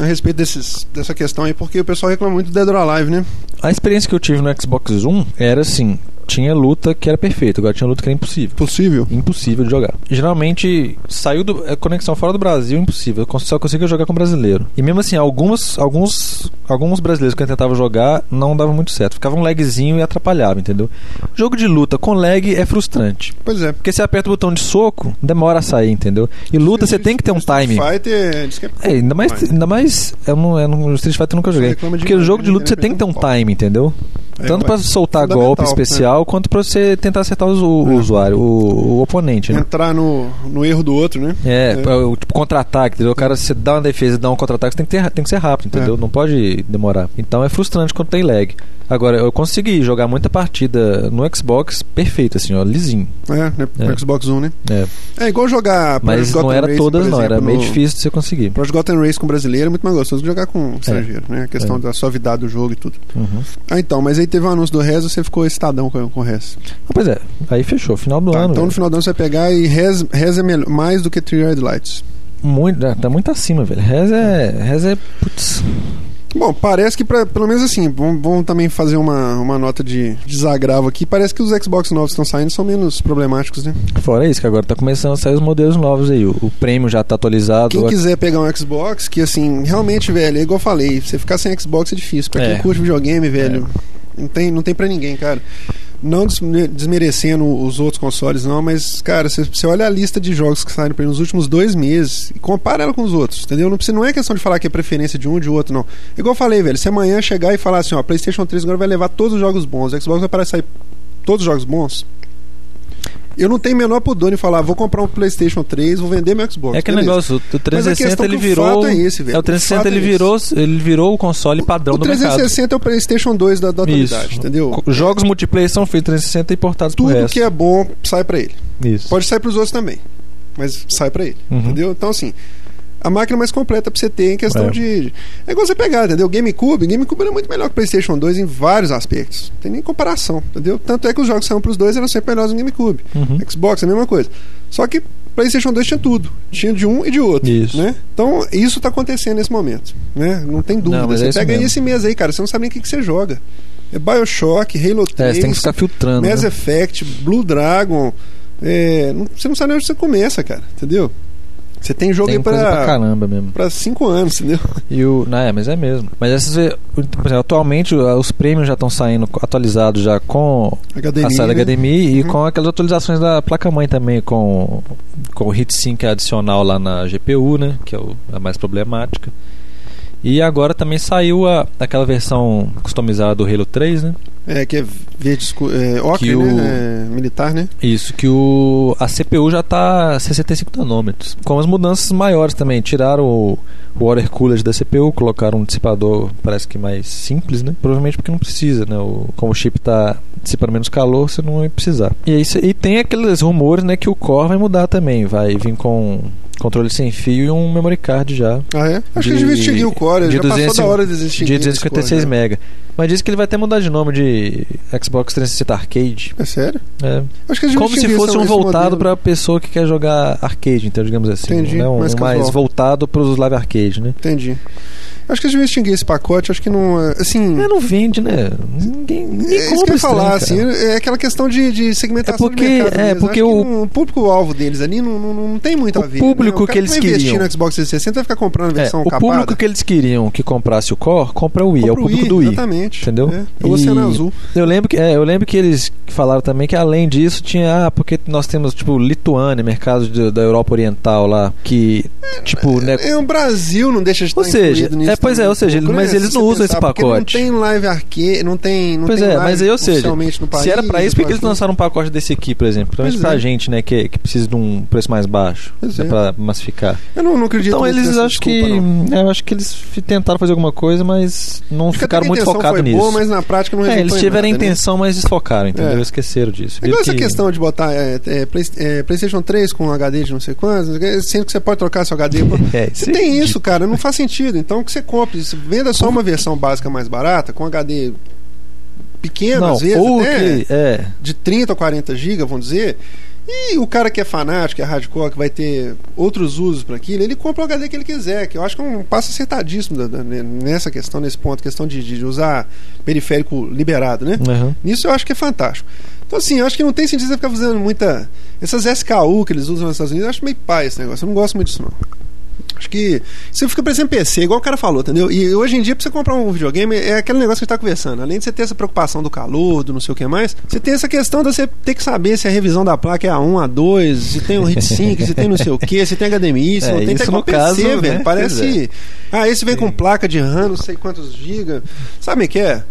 S3: a respeito desses, dessa questão aí, porque o pessoal reclama muito do Dead or Alive, né?
S2: A experiência que eu tive no Xbox One era assim, tinha luta que era perfeita, agora tinha luta que era impossível.
S3: Possível.
S2: Impossível de jogar. Geralmente saiu do é, conexão fora do Brasil, impossível. Eu cons- Só consigo jogar com brasileiro. E mesmo assim, algumas, alguns, alguns brasileiros que eu tentava jogar não dava muito certo. Ficava um lagzinho e atrapalhava, entendeu? Jogo de luta com lag é frustrante.
S3: Pois é.
S2: Porque você aperta o botão de soco, demora a sair, entendeu? E luta você tem que ter um time.
S3: Fighter, diz que é-
S2: É, ainda mais, ainda mais é eu não, eu não, um Street Fighter eu nunca joguei.
S3: reclama
S2: Porque
S3: demais,
S2: o jogo de
S3: né?
S2: luta você
S3: Ele
S2: tem que ter um
S3: pega um pau.
S2: time, entendeu?
S3: É,
S2: Tanto pra
S3: ué.
S2: soltar
S3: Fundamental, né?
S2: golpe especial, quanto pra você tentar acertar os- o, o
S3: É.
S2: usuário, o, o oponente, né?
S3: entrar no, no erro do outro, né?
S2: É,
S3: É.
S2: pra o tipo, contra-ataque, entendeu? O cara, você dá uma defesa e dá um contra-ataque, você tem que, ter, tem que ser rápido, entendeu?
S3: É.
S2: Não pode demorar. Então é frustrante quando tem lag. Agora, eu consegui jogar muita partida no Xbox perfeito, assim, ó, lisinho.
S3: É, né? pro
S2: É.
S3: Xbox One, né?
S2: É.
S3: É igual jogar
S2: Mas
S3: Project
S2: não
S3: Gotham
S2: era
S3: Racing,
S2: todas,
S3: por
S2: não, era
S3: exemplo,
S2: meio
S3: no-
S2: difícil de você conseguir.
S3: Project Gotham Race com brasileiro é muito mais gostoso que jogar com estrangeiro, né? A questão
S2: É.
S3: da suavidade do jogo e tudo.
S2: Uhum.
S3: Ah, então, mas aí teve o anúncio do Rez, você ficou excitadão com, com o Rez.
S2: Ah, Pois é, aí fechou, final do
S3: Tá,
S2: ano. né?
S3: então no
S2: velho.
S3: final do ano você vai pegar e Rez, Rez é melhor, mais do que Three Red Lights.
S2: Muito, ah, tá muito acima, velho. Rez é. Rez é. Putz.
S3: Bom, parece que, pra, pelo menos assim, vamos, vamos também fazer uma, uma nota de desagravo aqui. Parece que os Xbox novos que estão saindo são menos problemáticos, né?
S2: Fora isso, que agora tá começando a sair os modelos novos aí. O, o prêmio já tá atualizado.
S3: Quem
S2: o-
S3: quiser pegar um Xbox, que assim, realmente, velho, é igual eu falei, você ficar sem Xbox é difícil. Pra
S2: É.
S3: quem curte videogame, velho, não, tem, não tem pra ninguém, cara. Não desme- desmerecendo os outros consoles, não, mas, cara, você- você olha a lista de jogos que saíram pra ele nos últimos dois meses e compara ela com os outros, entendeu? Não, precisa, não é questão de falar que é preferência de um ou de outro, não. É Igual eu falei, velho, se amanhã chegar e falar assim, ó, PlayStation 3 agora vai levar todos os jogos bons, o Xbox vai parar de sair todos os jogos bons. Eu não tenho o menor pudor em falar, vou comprar um PlayStation 3, vou vender meu Xbox.
S2: É aquele
S3: beleza.
S2: negócio, o
S3: Mas a
S2: 360
S3: questão
S2: ele
S3: que o
S2: virou.
S3: fato é esse, velho.
S2: o 360
S3: O fato
S2: ele
S3: é esse.
S2: virou, ele virou o console padrão
S3: O
S2: do mercado.
S3: 360 é o PlayStation 2 da, da atualidade,
S2: Isso.
S3: entendeu?
S2: Co- Jogos multiplayer são feitos 360 e portados pro
S3: Tudo
S2: resto.
S3: que é bom sai pra ele.
S2: Isso.
S3: Pode sair pros outros também, mas sai pra ele,
S2: Uhum.
S3: entendeu? Então, assim, a máquina mais completa pra você ter em questão
S2: É.
S3: de, de- É igual você pegar, entendeu? GameCube, GameCube era muito melhor que o PlayStation 2 em vários aspectos. Não tem nem comparação, entendeu? Tanto é que os jogos que saíram pros dois eram sempre melhores no GameCube.
S2: Uhum.
S3: Xbox, é a mesma coisa. Só que PlayStation 2 tinha tudo. Tinha de um e de outro.
S2: Isso.
S3: Né? Então, isso tá acontecendo nesse momento. Né? Não tem dúvida.
S2: Não, mas
S3: você
S2: é isso
S3: pega aí
S2: mesmo.
S3: esse mês aí, cara. Você não sabe nem o que, que você joga. É Bioshock, Halo 3,
S2: É, você tem que ficar filtrando.
S3: Mass
S2: Né?
S3: Effect, Blue Dragon. é, não- você não sabe nem onde você começa, cara. Entendeu? Você tem jogo
S2: Tem
S3: aí
S2: coisa pra
S3: pra,
S2: caramba mesmo.
S3: pra cinco anos, entendeu?
S2: E o, não, é, mas é mesmo. Mas essas, eh, por exemplo, atualmente ah, os prêmios já estão saindo co- atualizados já com
S3: HDMI,
S2: a saída
S3: né?
S2: HDMI e
S3: Uhum.
S2: com aquelas atualizações da placa mãe também com com o heatsink adicional lá na GPU, né, que é o- a mais problemática. E agora também saiu a, aquela versão customizada do Halo 3, né?
S3: É, que é verde escuro. É, ocre,
S2: Que o-
S3: né? É, militar, né?
S2: Isso, que o, a CPU já tá 65 nanômetros. Com as mudanças maiores também. Tiraram o, o water cooler da CPU, colocaram um dissipador, parece que mais simples, né? Provavelmente porque não precisa, né? O, como o chip tá dissipando menos calor, você não vai precisar. E, aí, cê- e tem aqueles rumores, né? Que o core vai mudar também. Vai vir com controle sem fio e um memory card já.
S3: Ah, é? Acho que
S2: De-
S3: eles investiguem o core.
S2: de
S3: já passou
S2: 200
S3: da hora de existir.
S2: De 256
S3: né?
S2: MB. Mas diz que ele vai até mudar de nome de Xbox 360 Arcade.
S3: É sério?
S2: É,
S3: Acho que eles
S2: Como se
S3: distinguem
S2: fosse
S3: esse-
S2: um
S3: esse
S2: voltado
S3: modelo.
S2: pra pessoa que quer jogar arcade, então digamos assim,
S3: Entendi,
S2: né? Um,
S3: mais
S2: mais,
S3: casual.
S2: voltado pros live arcade, né?
S3: Entendi. Acho que eles distinguem esse pacote, acho que não. é- Assim.
S2: Mas não vende, né? Ninguém, ninguém
S3: É isso que
S2: compra
S3: eu ia
S2: esse trem,
S3: falar,
S2: cara.
S3: assim, é aquela questão de, de segmentação
S2: É porque-
S3: de mercado.
S2: é,
S3: mesmo.
S2: porque
S3: Acho
S2: o-
S3: que não- o público-alvo deles ali não, não, não tem muito
S2: O
S3: a ver.
S2: público
S3: né? o cara
S2: que eles
S3: vai investir
S2: queriam.
S3: no Xbox 360 vai ficar comprando a
S2: É,
S3: versão
S2: o
S3: capada.
S2: público que eles queriam que comprasse o Core, compra o Wii, é o
S3: Compra
S2: público do Wii.
S3: Exatamente.
S2: entendeu?
S3: É. O Oceano
S2: E-
S3: Azul.
S2: Eu lembro que, é, eu lembro que eles falaram também que além disso tinha, ah, porque nós temos tipo Lituânia, mercado de- da Europa Oriental lá, que tipo, né,
S3: É, o Brasil não deixa de estar
S2: Ou seja,
S3: incluído nisso
S2: é, pois é,
S3: também.
S2: ou seja,
S3: Loucura
S2: mas
S3: é essa,
S2: eles não
S3: você
S2: usam esse
S3: pensar, porque
S2: pacote.
S3: Não tem live arcade, não tem. Não
S2: Pois
S3: tem
S2: é,
S3: live
S2: mas aí, ou seja,
S3: oficialmente no país,
S2: Se era pra isso, por que eles
S3: não
S2: lançaram um pacote desse aqui, por exemplo? Principalmente
S3: Pois
S2: pra
S3: é.
S2: gente, né, que, que precisa de um preço mais baixo,
S3: Pois
S2: né,
S3: é.
S2: pra massificar.
S3: Eu não, não acredito
S2: Então
S3: muito
S2: eles
S3: nessa
S2: acho
S3: desculpa,
S2: que.
S3: não.
S2: é, Eu acho que eles fi- tentaram fazer alguma coisa, mas não
S3: Acho que até
S2: ficaram
S3: que a
S2: muito
S3: intenção
S2: focados
S3: foi
S2: nisso.
S3: Boa, mas na prática não
S2: É,
S3: resultou
S2: eles
S3: em
S2: tiveram a
S3: nada, né?
S2: intenção, mas desfocaram, entendeu?
S3: É.
S2: Esqueceram disso.
S3: É
S2: Viram
S3: igual essa
S2: que-
S3: questão de botar é, é, Play- é, PlayStation 3 com HD de não sei quantos, não sei o quê, sendo que você pode trocar seu HD. por-
S2: É, isso
S3: Você
S2: é
S3: tem
S2: ridículo.
S3: isso, cara, não faz sentido. Então que você compre, isso, venda só uma versão básica mais barata, com HD pequeno,
S2: Não,
S3: às vezes,
S2: ou
S3: até
S2: que. É,
S3: de 30 ou 40 GB, vamos dizer. E o cara que é fanático, que é hardcore, que vai ter outros usos para aquilo, ele compra o HD que ele quiser, que eu acho que é um passo acertadíssimo da- da- nessa questão, nesse ponto, questão de, de usar periférico liberado, né?
S2: aham.
S3: Nisso eu acho que é fantástico. Então, assim, eu acho que não tem sentido você ficar fazendo muita. Essas SKU que eles usam nos Estados Unidos, eu acho meio pai esse negócio. Eu não gosto muito disso, não. Acho que você fica parecendo PC, igual o cara falou, entendeu? E hoje em dia, pra você comprar um videogame, é aquele negócio que a gente tá conversando. Além de você ter essa preocupação do calor, do não sei o que mais, você tem essa questão de você ter que saber se a revisão da placa é A1, A2, se tem um heatsink, se tem não sei o que, se tem HDMI, se
S2: É,
S3: não tem.
S2: isso
S3: Tá igual
S2: no caso,
S3: PC,
S2: né?
S3: velho.
S2: Pois
S3: Parece. Ah, esse vem com placa de RAM, não sei quantos gigas. Sabe o que é?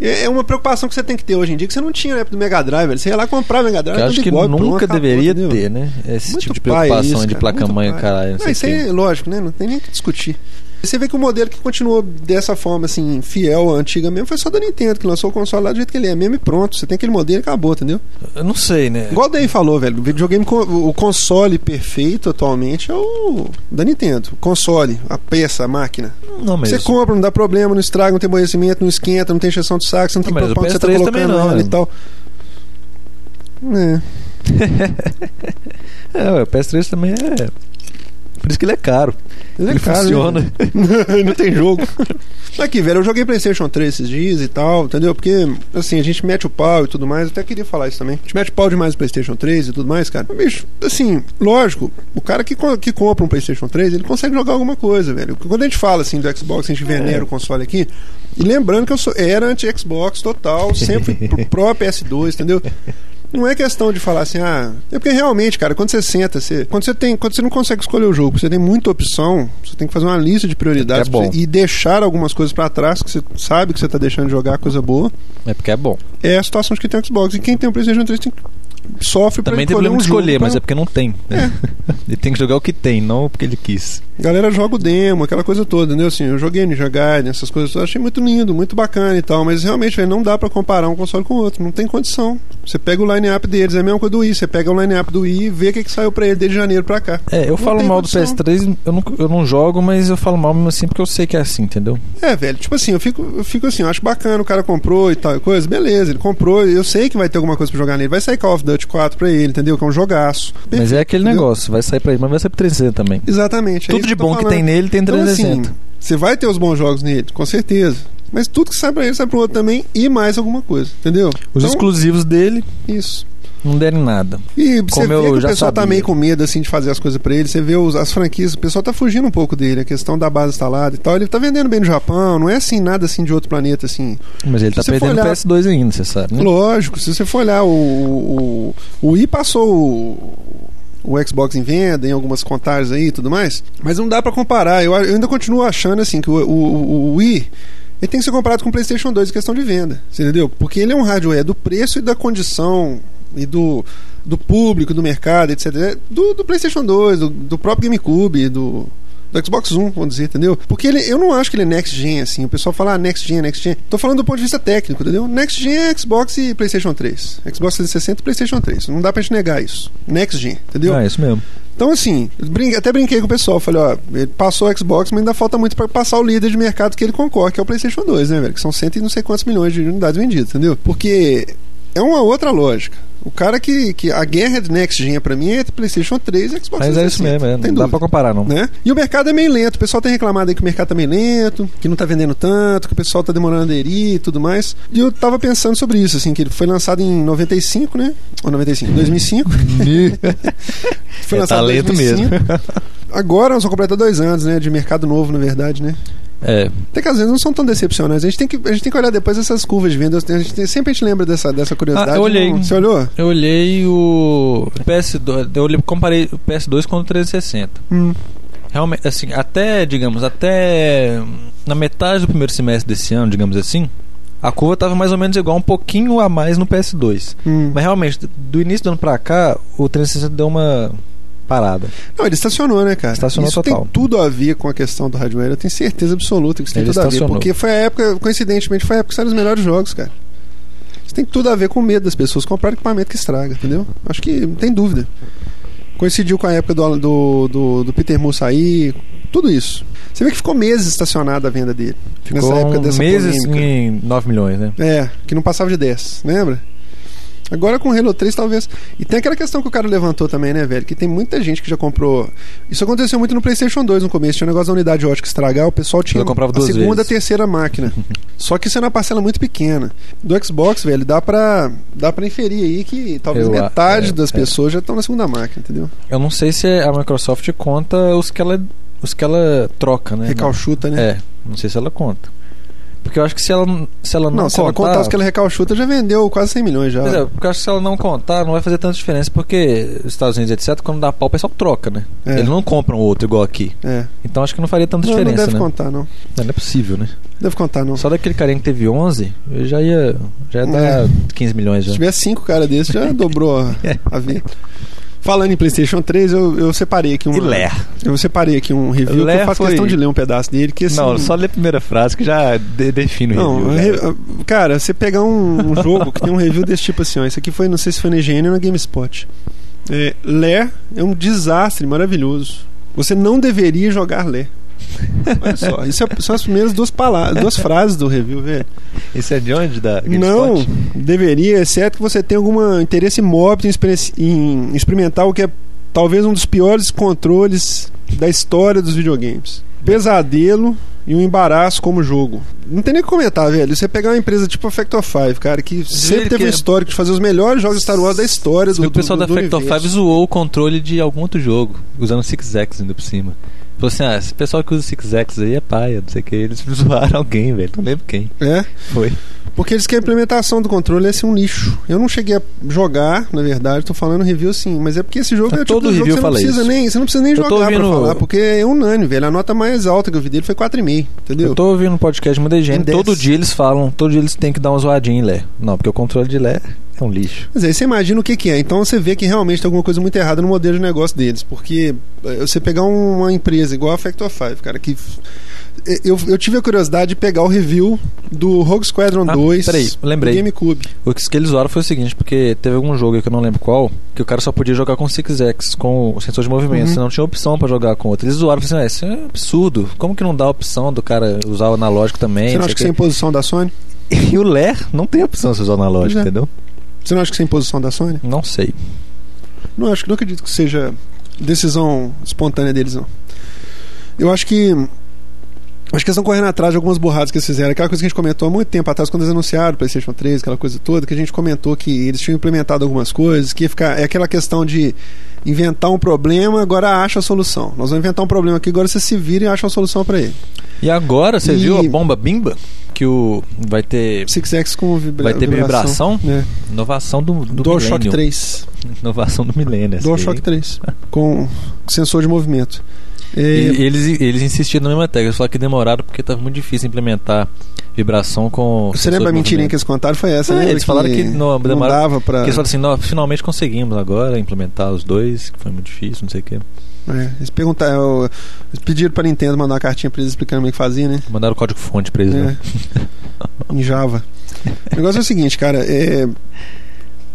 S3: É é uma preocupação que você tem que ter hoje em dia, que você não tinha na época do Mega Drive, velho. Você ia lá comprar o Mega Drive.
S2: Que eu acho
S3: tudo
S2: que
S3: igual, pronto,
S2: nunca
S3: acabou,
S2: deveria
S3: entendeu?
S2: ter, né? Esse
S3: Muito
S2: tipo de
S3: pai
S2: preocupação
S3: isso,
S2: de
S3: cara, muito
S2: placa-mãe,
S3: pai.
S2: caralho. Não
S3: Não,
S2: sei
S3: isso
S2: o quê.
S3: aí é lógico, né? Não tem nem o que discutir. E Você vê que o modelo que continuou dessa forma, assim, fiel à antiga mesmo, foi só da Nintendo, que lançou o console lá do jeito que ele é mesmo e pronto. Você tem aquele modelo e acabou, entendeu?
S2: Eu não sei, né?
S3: Igual o Dave falou, velho. O videogame, co- o console perfeito atualmente é o da Nintendo. O console, a peça, a máquina.
S2: Não, mas
S3: Você compra, não dá problema, não estraga, não tem aborrecimento, não esquenta, não tem injeção de saco, você não tem
S2: Não, mas o
S3: preocupação que você tá
S2: PS3 também
S3: colocando
S2: não,
S3: ela e
S2: né?
S3: tal. É.
S2: É, ué, o PS3 também é. Por isso que ele é caro.
S3: Ele, é
S2: Ele
S3: caro, né?
S2: funciona.
S3: não tem jogo. Aqui, velho, eu joguei PlayStation 3 esses dias e tal, entendeu? Porque, assim, a gente mete o pau e tudo mais. eu Até queria falar isso também. A gente mete o pau demais no PlayStation 3 e tudo mais, cara. Mas, bicho, assim, lógico, o cara que, co- que compra um PlayStation 3, ele consegue jogar alguma coisa, velho. Quando a gente fala, assim, do Xbox, a gente venera o console aqui. E lembrando que eu sou, era anti-Xbox total, sempre fui pro pró PS2, entendeu? Não é questão de falar assim, ah. É porque realmente, cara, quando você senta, você. Quando você tem. Quando você não consegue escolher o jogo, porque você tem muita opção, você tem que fazer uma lista de prioridades
S2: É bom.
S3: pra você- e deixar algumas coisas pra trás, que você sabe que você tá deixando de jogar coisa boa.
S2: É porque é bom.
S3: É a situação de quem tem o Xbox. E quem tem o Playstation 3 tem que sofre pra
S2: Também tem
S3: escolher
S2: problema
S3: um
S2: de escolher,
S3: jogo pra-
S2: mas é porque não tem. né? ele tem que jogar o que tem, não porque ele quis.
S3: A galera joga o demo, aquela coisa toda, entendeu? Assim, eu joguei Ninja Gaiden, essas coisas todas, achei muito lindo, muito bacana e tal, mas realmente, velho, não dá pra comparar um console com o outro, não tem condição. Você pega o line-up deles, é a mesma coisa do Wii, você pega o line-up do Wii e vê o que, que saiu pra ele desde janeiro pra cá.
S2: É, eu
S3: Não
S2: falo
S3: tem
S2: mal do
S3: condição.
S2: PS3, eu não, eu não jogo, mas eu falo mal mesmo assim porque eu sei que é assim, entendeu?
S3: É, velho, tipo assim, eu fico, eu fico assim, eu acho bacana, o cara comprou e tal, e coisa, beleza, ele comprou, eu sei que vai ter alguma coisa pra jogar nele, vai sair Call of Duty 4 pra ele, entendeu? Que é um jogaço.
S2: Mas é aquele
S3: Entendeu?
S2: negócio, vai sair pra ele, mas vai sair pro 360 também.
S3: Exatamente. é
S2: Tudo
S3: isso
S2: de
S3: eu tô
S2: bom que
S3: falando.
S2: tem nele tem
S3: Então,
S2: 360.
S3: assim, você vai ter os bons jogos nele, com certeza. Mas tudo que sai pra ele sai pro outro também e mais alguma coisa, entendeu?
S2: Os
S3: então,
S2: exclusivos dele
S3: Isso.
S2: não deram em nada.
S3: E você
S2: Como
S3: vê
S2: eu
S3: que o
S2: já
S3: pessoal tá
S2: sabia.
S3: meio com medo, assim, de fazer as coisas pra ele. Você vê os- as franquias, o pessoal tá fugindo um pouco dele, a questão da base instalada e tal. Ele tá vendendo bem no Japão, não é assim, nada assim de outro planeta, assim.
S2: Mas ele tá
S3: Se você
S2: perdendo
S3: for olhar-
S2: o PS2 ainda, você sabe. Né?
S3: Lógico, se você for olhar, o, o, o Wii passou o, o Xbox em venda, em algumas contagens aí e tudo mais, mas não dá pra comparar. Eu, a- eu ainda continuo achando assim que o, o, o- o Wii. Ele tem que ser comparado com o PlayStation 2 em questão de venda, você entendeu? Porque ele é um hardware do preço e da condição e do, do público, do mercado, etc. Do, do PlayStation 2, do, do próprio GameCube, do, do Xbox One, vamos dizer, entendeu? Porque ele, eu não acho que ele é next gen, assim. O pessoal fala ah, next gen, next gen. Tô falando do ponto de vista técnico, entendeu? Next gen é Xbox e PlayStation 3. Xbox 360 e PlayStation 3. Não dá pra gente negar isso. Next gen, entendeu?
S2: Ah, é isso mesmo.
S3: Então, assim, eu brinque- até brinquei com o pessoal. Falei, ó, ele passou o Xbox, mas ainda falta muito pra passar o líder de mercado que ele concorre, que é o PlayStation 2, né, velho? Que são cento e não sei quantos milhões de unidades vendidas, entendeu? Porque é uma outra lógica. O cara que. que a guerra de Next Gen pra mim é entre PlayStation 3 e Xbox
S2: Mas é isso
S3: 360,
S2: mesmo, é,
S3: tem
S2: não dá
S3: dúvida
S2: pra comparar não.
S3: né? E o mercado é meio lento. O pessoal tem reclamado aí que o mercado tá meio lento, que não tá vendendo tanto, que o pessoal tá demorando a aderir e tudo mais. E eu tava pensando sobre isso, assim, que ele foi lançado em 95, né? Ou 95, 2005. foi
S2: É
S3: lançado em
S2: talento
S3: 2005. Agora nós vamos completar dois anos, né? De mercado novo, na verdade, né?
S2: É,
S3: Até que às vezes não são tão decepcionantes. A gente tem que, a gente tem que olhar depois essas curvas de vendas. A gente tem- sempre a gente lembra dessa, dessa curiosidade.
S2: Ah, eu olhei.
S3: não- Você olhou?
S2: eu olhei o PS2, eu olhei- comparei o PS2 com o 360. Realmente, assim, até, digamos, até na metade do primeiro semestre desse ano, digamos assim, a curva tava mais ou menos igual, um pouquinho a mais no PS2.
S3: Hum.
S2: Mas realmente, do início do ano pra cá, o 360 deu uma parada.
S3: Não, ele estacionou, né, cara?
S2: Estacionou
S3: isso
S2: total.
S3: tem tudo a ver com a questão do hardware. Eu tenho certeza absoluta que isso tem
S2: Ele
S3: tudo a ver.
S2: estacionou.
S3: Porque foi a época, coincidentemente, foi a época que saíram os melhores jogos, cara. Isso tem tudo a ver com o medo das pessoas comprar equipamento que estraga, entendeu? Acho que não tem dúvida. Coincidiu com a época do, do, do, do Peter Moore sair, tudo isso. Você vê que ficou meses estacionada a venda dele.
S2: Ficou um
S3: nessa época dessa
S2: meses
S3: polêmica.
S2: em 9 milhões, né?
S3: É, que não passava de 10, lembra? Agora com o Halo 3, talvez. E tem aquela questão que o cara levantou também, né, velho? Que tem muita gente que já comprou. Isso aconteceu muito no PlayStation 2 no começo. Tinha um negócio da unidade ótica estragar, o pessoal tinha
S2: Eu comprava
S3: a
S2: duas
S3: segunda,
S2: vezes.
S3: terceira máquina. Só que isso é uma parcela muito pequena. Do Xbox, velho, dá pra, dá pra inferir aí que talvez
S2: Eu a-
S3: metade
S2: é,
S3: das
S2: é.
S3: pessoas já estão na segunda máquina, entendeu?
S2: Eu não sei se a Microsoft conta os que ela, os que ela troca, né?
S3: Recalchuta, né?
S2: É, não sei se ela conta. Porque eu acho que se ela, se ela não,
S3: Não, se ela contar os que ela é recalchuta, já vendeu quase 100 milhões já.
S2: Pois é, porque eu acho que se ela não contar, não vai fazer tanta diferença, porque os Estados Unidos, etc., quando dá pau, o pessoal troca, né?
S3: É.
S2: Eles não compram outro igual aqui.
S3: É.
S2: Então acho que não faria tanta
S3: Não, não
S2: diferença,
S3: deve
S2: né?
S3: contar, não.
S2: Não, não é possível, né?
S3: Deve contar, não.
S2: Só daquele carinha que teve 11, eu já ia, já ia dar
S3: É.
S2: 15 milhões já.
S3: Se tiver cinco cara desse, já dobrou a, a venda. Falando em PlayStation 3, eu, eu separei aqui um.
S2: E Lé.
S3: Eu separei aqui um review que
S2: Lé
S3: eu faço
S2: foi-
S3: questão de ler um pedaço dele, que assim.
S2: Não, só ler a primeira frase que já de- define o
S3: Não,
S2: review. né?
S3: re- cara, você pegar um, um jogo que tem um review desse tipo assim, ó. Isso aqui foi, não sei se foi na IGN ou na GameSpot. É, Lé é um desastre maravilhoso. Você não deveria jogar Lé. Olha só, isso é- são as primeiras duas palavras, duas frases do review, velho.
S2: Isso é de onde? Da
S3: Não, deveria, exceto que você tem algum interesse mórbido em, experi- em experimentar o que é talvez um dos piores controles da história dos videogames. Pesadelo e um embaraço como jogo. Não tem nem o que comentar, velho. Você pegar uma empresa tipo a Factor 5, cara, que sempre
S2: ele
S3: teve
S2: que
S3: um
S2: é-
S3: histórico de fazer os melhores jogos de Star Wars da história do
S2: o pessoal
S3: do,
S2: da
S3: do
S2: Factor
S3: universo.
S2: 5 zoou o controle de algum outro jogo, usando Six X ainda por cima. Falou assim, ah, esse pessoal que usa Six X aí é paia, não sei o que. Eles zoaram alguém, velho, não lembro quem.
S3: É?
S2: Foi.
S3: Porque eles que a implementação do controle é ser um lixo. Eu não cheguei a jogar, na verdade, tô falando review sim, mas é porque esse jogo
S2: Tá
S3: é o
S2: todo
S3: tipo de
S2: review
S3: jogo que você não
S2: fala
S3: precisa
S2: isso.
S3: nem, você não precisa nem
S2: Eu tô
S3: jogar pra
S2: ouvindo-
S3: falar, porque é unânime, velho. A nota mais alta que eu vi dele foi 4,5, entendeu?
S2: Eu tô ouvindo um podcast muito higiene,
S3: Em dez.
S2: todo dia eles falam, todo dia eles têm que dar uma zoadinha em Lé. Não, porque o controle de Lé é um lixo.
S3: Mas aí você imagina o que, que é. Então você vê que realmente tem alguma coisa muito errada no modelo de negócio deles. Porque eh, você pegar um- uma empresa igual a Factor 5, cara, que. f- eh, Eu, eu tive a curiosidade de pegar o review do Rogue Squadron
S2: Ah,
S3: 2
S2: peraí, lembrei.
S3: do GameCube.
S2: O que que eles zoaram foi o seguinte, porque teve algum jogo aí que eu não lembro qual, que o cara só podia jogar com 6X, com o sensor de movimento,
S3: Uhum.
S2: você não tinha opção pra jogar com outro. Eles zoaram e falaram assim, "Ah, isso é absurdo, como que não dá a opção do cara usar o analógico também?
S3: Você não
S2: não
S3: acha que é
S2: sei
S3: sem
S2: o quê?"
S3: posição da Sony?
S2: E o Lé não tem opção de você usar o analógico,
S3: Pois é.
S2: entendeu?
S3: Você não acha que sem posição da Sony?
S2: Não sei.
S3: Não acho, não acredito que seja decisão espontânea deles, não. Eu acho que. Acho que eles estão correndo atrás de algumas burradas que eles fizeram. Aquela coisa que a gente comentou há muito tempo atrás, quando eles anunciaram o PlayStation 3, aquela coisa toda, que a gente comentou que eles tinham implementado algumas coisas, que ia ficar. É aquela questão de inventar um problema, agora acha a solução. Nós vamos inventar um problema aqui, agora você se vira e acha uma solução pra ele.
S2: E agora, você
S3: E-
S2: viu a bomba bimba? Que o vai ter
S3: Six X com vibra...
S2: Vai ter vibração?
S3: É.
S2: inovação do, do
S3: DualShock
S2: milênio.
S3: 3.
S2: Inovação do milênio. assim. essa
S3: DualShock
S2: aí.
S3: 3. Com sensor de movimento. É,
S2: E eles, eles insistiram na mesma tecla, eles falaram que demoraram porque estava muito difícil implementar vibração com.
S3: Você lembra a mentirinha que eles contaram? Foi essa,
S2: É,
S3: né?
S2: eles falaram que não- demora-
S3: dava pra...
S2: eles falaram assim, "Nó, finalmente conseguimos agora implementar os dois, que foi muito difícil, não sei o quê.
S3: É, eles perguntaram... Eles pediram pra Nintendo mandar uma cartinha pra eles explicando como é que fazia, né?
S2: Mandaram o código fonte pra eles, né?
S3: É. em Java. O negócio é o seguinte, cara, é...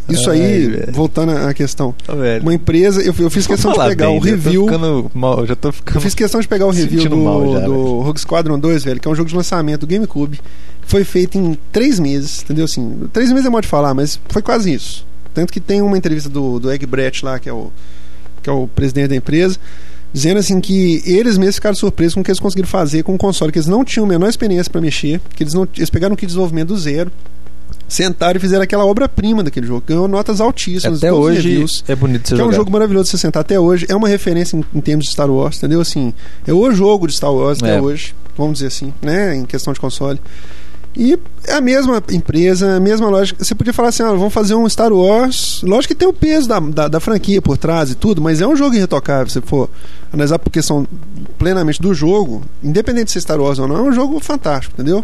S3: Isso
S2: Ai,
S3: aí,
S2: velho.
S3: voltando à questão.
S2: Ô, velho,
S3: Uma empresa, eu, eu
S2: vamos
S3: fiz questão de
S2: falar
S3: pegar
S2: bem,
S3: o
S2: né?
S3: review.
S2: Eu tô ficando mal, já tô
S3: Eu
S2: ficando.
S3: fiz questão de pegar o review
S2: Sentindo
S3: do,
S2: mal já,
S3: do Rogue Squadron 2, velho, que é um jogo de lançamento do GameCube. que Foi feito em três meses, entendeu? Assim, três meses é modo de falar, mas foi quase isso. Tanto que tem uma entrevista do, do Egbrecht lá, que é, o, que é o presidente da empresa, dizendo assim que eles mesmos ficaram surpresos com o que eles conseguiram fazer com um console que eles não tinham a menor experiência pra mexer, que eles, não, eles pegaram o kit de desenvolvimento do zero, sentaram e fizeram aquela obra-prima daquele jogo. Ganhou notas altíssimas. em
S2: Até
S3: todos os
S2: hoje
S3: reviews.
S2: é bonito você
S3: Que é um
S2: jogar.
S3: jogo maravilhoso de você sentar até hoje. É uma referência em, em termos de Star Wars, entendeu? Assim, é o jogo de Star Wars até
S2: É.
S3: hoje, vamos dizer assim, né? Em questão de console. E é a mesma empresa, a mesma lógica. Você podia falar assim, ah, vamos fazer um Star Wars. Lógico que tem o peso da, da, da franquia por trás e tudo, mas é um jogo irretocável. Se for analisar por questão plenamente do jogo, independente de ser Star Wars ou não, é um jogo fantástico, entendeu?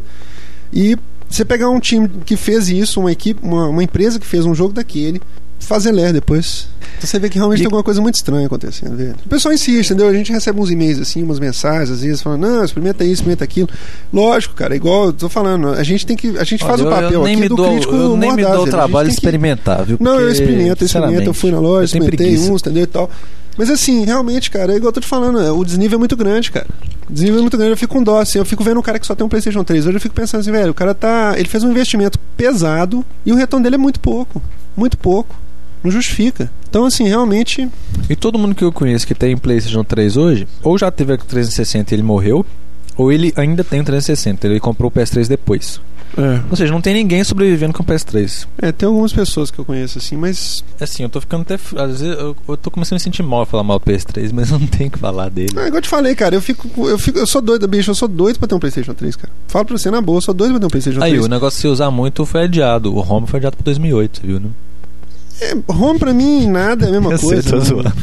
S3: E você pegar um time que fez isso, uma equipe, uma, uma empresa que fez um jogo daquele, fazer ler depois. Então você vê que realmente
S2: E-
S3: tem alguma coisa muito estranha acontecendo. né, velho. O pessoal insiste, entendeu? A gente recebe uns e-mails assim, umas mensagens, às vezes, falando, não, experimenta isso, experimenta aquilo. Lógico, cara, é igual eu tô falando, a gente tem que. A gente faz
S2: Olha,
S3: o
S2: eu-
S3: papel
S2: eu nem
S3: aqui
S2: me
S3: do
S2: dou,
S3: crítico
S2: Eu nem me dou o
S3: mordaz, velho. A gente
S2: trabalho de
S3: tem que-
S2: experimentar, viu?
S3: não, eu
S2: Porque,
S3: experimento, eu experimento, eu fui na loja,
S2: eu tenho
S3: experimentei
S2: preguiça.
S3: uns, entendeu e tal. Mas assim, realmente, cara, é igual eu tô te falando, é, o desnível é muito grande, cara. O desnível é muito grande, eu fico com dó, assim, eu fico vendo um cara que só tem um Playstation 3, hoje eu fico pensando assim, velho, o cara tá, ele fez um investimento pesado e o retorno dele é muito pouco, muito pouco. Não justifica. Então, assim, realmente,
S2: E todo mundo que eu conheço que tem PlayStation 3 hoje, ou já teve o 360 e ele morreu, ou ele ainda tem o 360, ele comprou o PS3 depois.
S3: é.
S2: Ou seja, não tem ninguém sobrevivendo com o PS3.
S3: tem algumas pessoas que eu conheço, assim, mas.
S2: Assim, eu tô ficando até. f- Às vezes eu, eu tô começando a me sentir mal falar mal do PS3, mas eu não tenho que falar dele.
S3: Ah, igual eu te falei, cara, eu fico. Eu, fico, eu sou doido, bicho, eu sou doido pra ter um Playstation 3, cara. Falo pra você na boa, eu sou doido pra ter um Playstation
S2: Aí,
S3: 3.
S2: o negócio de se usar muito foi adiado. O Home foi adiado pra 2008, você viu, né?
S3: É, home pra mim, nada é a mesma
S2: Eu sei,
S3: coisa.
S2: tô
S3: né?
S2: zoando.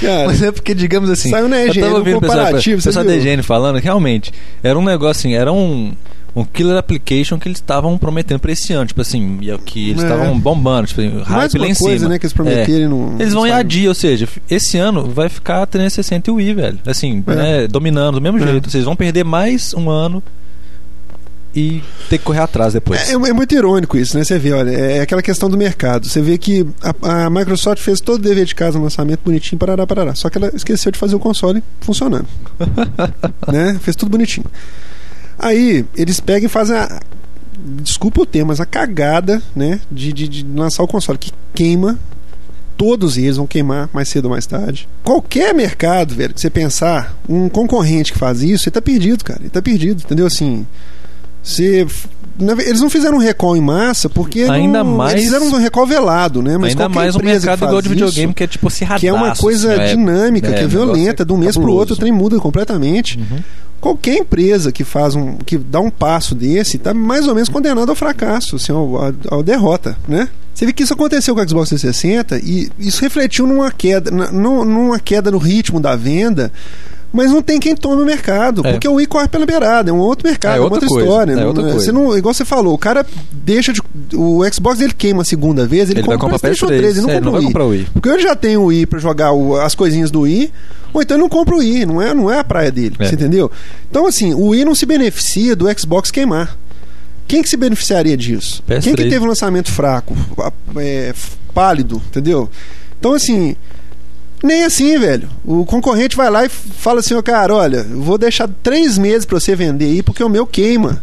S3: Cara,
S2: Mas é porque, digamos assim.
S3: saiu na
S2: Eu
S3: EGN
S2: tava
S3: um
S2: ouvindo o pessoal,
S3: comparativo, você
S2: pessoal da
S3: viu?
S2: higiene falando, realmente, era um negócio assim, era um, um killer application que eles estavam prometendo pra esse ano, tipo assim, e é o que eles
S3: É.
S2: estavam bombando, tipo,
S3: Mais
S2: hype lá em
S3: uma coisa,
S2: cima. É.
S3: né, que eles prometeram e não-
S2: Eles vão
S3: não
S2: em
S3: saíram.
S2: adia, ou seja, f- esse ano vai ficar 360 e Wii, velho. Assim,
S3: É.
S2: né, dominando do mesmo
S3: É.
S2: jeito. Vocês vão perder mais um ano e ter que correr atrás depois.
S3: É, é muito irônico isso, né? Você vê, olha, é aquela questão do mercado. Você vê que a, a Microsoft fez todo o dever de casa no lançamento bonitinho, parará, parará. Só que ela esqueceu de fazer o console funcionando. né? Fez tudo bonitinho. Aí, eles pegam e fazem a. Desculpa o termo, mas a cagada, né? De, de, de lançar o console que queima. Todos eles vão queimar mais cedo ou mais tarde. Qualquer mercado, velho, que você pensar, um concorrente que faz isso, ele tá perdido, cara. Ele tá perdido, entendeu? Assim. Você. na ve- Eles não fizeram um recall em massa porque.
S2: Ainda
S3: não-
S2: mais-
S3: Eles fizeram um recall velado, né? Mas
S2: Ainda
S3: qualquer
S2: mais um
S3: empresa que
S2: mercado
S3: faz
S2: igual de
S3: isso-
S2: videogame que é tipo se assim, é né?
S3: é um que é uma coisa dinâmica, que é violenta, de um mês pro outro o trem muda completamente.
S2: um Uhum.
S3: O Qualquer empresa que faz um que dá um passo desse tá mais ou menos condenado ao fracasso, assim, ao, ao, ao derrota, né? Você vê que isso aconteceu com o Xbox 360 e isso refletiu numa queda, na- num- numa queda no ritmo da venda, mas não tem quem tome o mercado,
S2: É.
S3: porque o Wii corre pela beirada, é um outro mercado,
S2: É
S3: é uma
S2: outra
S3: outra
S2: coisa,
S3: história.
S2: é
S3: não-
S2: outra
S3: não-
S2: coisa.
S3: Você não, igual você falou, o cara deixa de. O Xbox ele queima a segunda vez, ele,
S2: Ele vai
S3: compra o
S2: comprar
S3: PlayStation
S2: PS3,
S3: 3, ele não
S2: é,
S3: compra
S2: não vai
S3: o Wii.
S2: comprar o Wii.
S3: Porque eu já tenho o Wii pra jogar o- as coisinhas do Wii, ou então eu não compro o Wii, não é, não é a praia dele,
S2: É.
S3: você entendeu? Então, assim, o Wii não se beneficia do Xbox queimar. Quem que se beneficiaria disso?
S2: PS3.
S3: Quem que teve um lançamento fraco, a- é, f- pálido, entendeu? Então, assim, nem assim, velho. O concorrente vai lá e fala assim, ó, cara, olha, eu vou deixar três meses pra você vender aí, porque o meu queima.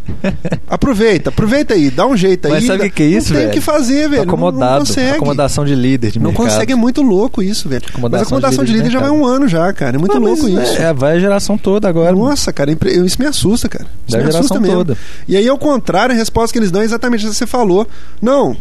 S3: aproveita, aproveita aí, dá um jeito aí.
S2: Mas sabe o
S3: dá-
S2: que que é isso,
S3: Não tem o
S2: velho?
S3: que fazer,
S2: Tá
S3: velho. Não-
S2: acomodado.
S3: Não consegue.
S2: Acomodação de líder de
S3: Não
S2: mercado.
S3: consegue, é muito louco isso, velho. Mas a
S2: Acomodação
S3: acomodação de líder, já vai
S2: mercado.
S3: um ano já, cara. É muito
S2: né, Não, mas
S3: louco isso.
S2: É, vai a geração toda agora. mano.
S3: Nossa, cara, impre- isso me assusta, cara. Isso
S2: Da
S3: me assusta
S2: geração
S3: mesmo.
S2: toda.
S3: E aí, ao contrário, a resposta que eles dão é exatamente essa que você falou. Não,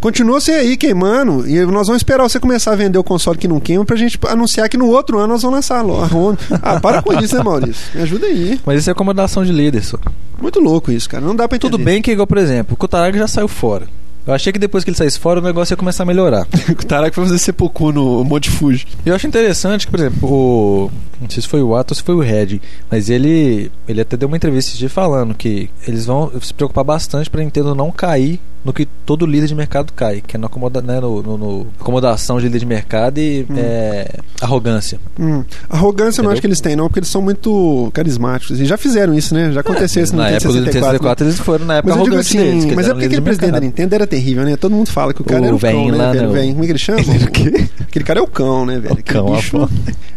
S3: continua você aí queimando e nós vamos esperar você começar a vender o console que não queima pra gente anunciar que no outro ano nós vamos lançar lo- a Honda. Ah, para com isso, né, Maurício? Me ajuda aí.
S2: Mas isso é acomodação de líder, só.
S3: Muito louco isso, cara. Não dá pra entender.
S2: Tudo bem que, igual, por exemplo, o Kotaraga já saiu fora. Eu achei que depois que ele saísse fora, o negócio ia começar a melhorar.
S3: o Tarac foi fazer sepulcro no Monte Fuji.
S2: E eu acho interessante que, por exemplo, o. Não sei se foi o Atos ou se foi o Red, mas ele. Ele até deu uma entrevista esse dia falando que eles vão se preocupar bastante pra Nintendo não cair no que todo líder de mercado cai, que é na acomoda, né, no, no- no- acomodação de líder de mercado e é, arrogância.
S3: Hum. Arrogância eu
S2: Entendeu?
S3: não acho que eles têm, não, porque eles são muito carismáticos. E já fizeram isso, né? Já aconteceu isso no
S2: É, na época do Nintendo
S3: 64, né?
S2: 64, eles foram na época
S3: Mas eu digo
S2: arrogante
S3: assim,
S2: deles. que
S3: mas é
S2: eles
S3: porque
S2: eram líderes
S3: aquele
S2: de
S3: presidente da
S2: mercado.
S3: Nintendo era terrível, né? Todo mundo fala que o cara
S2: O
S3: era o cão,
S2: velhinho
S3: né,
S2: lá,
S3: velho?
S2: né,
S3: O
S2: o-
S3: velhinho, como é que ele chama?
S2: Ele era o quê?
S3: Aquele cara é o cão, né, velho?
S2: O cão,
S3: Aquele
S2: a
S3: bicho...
S2: porra.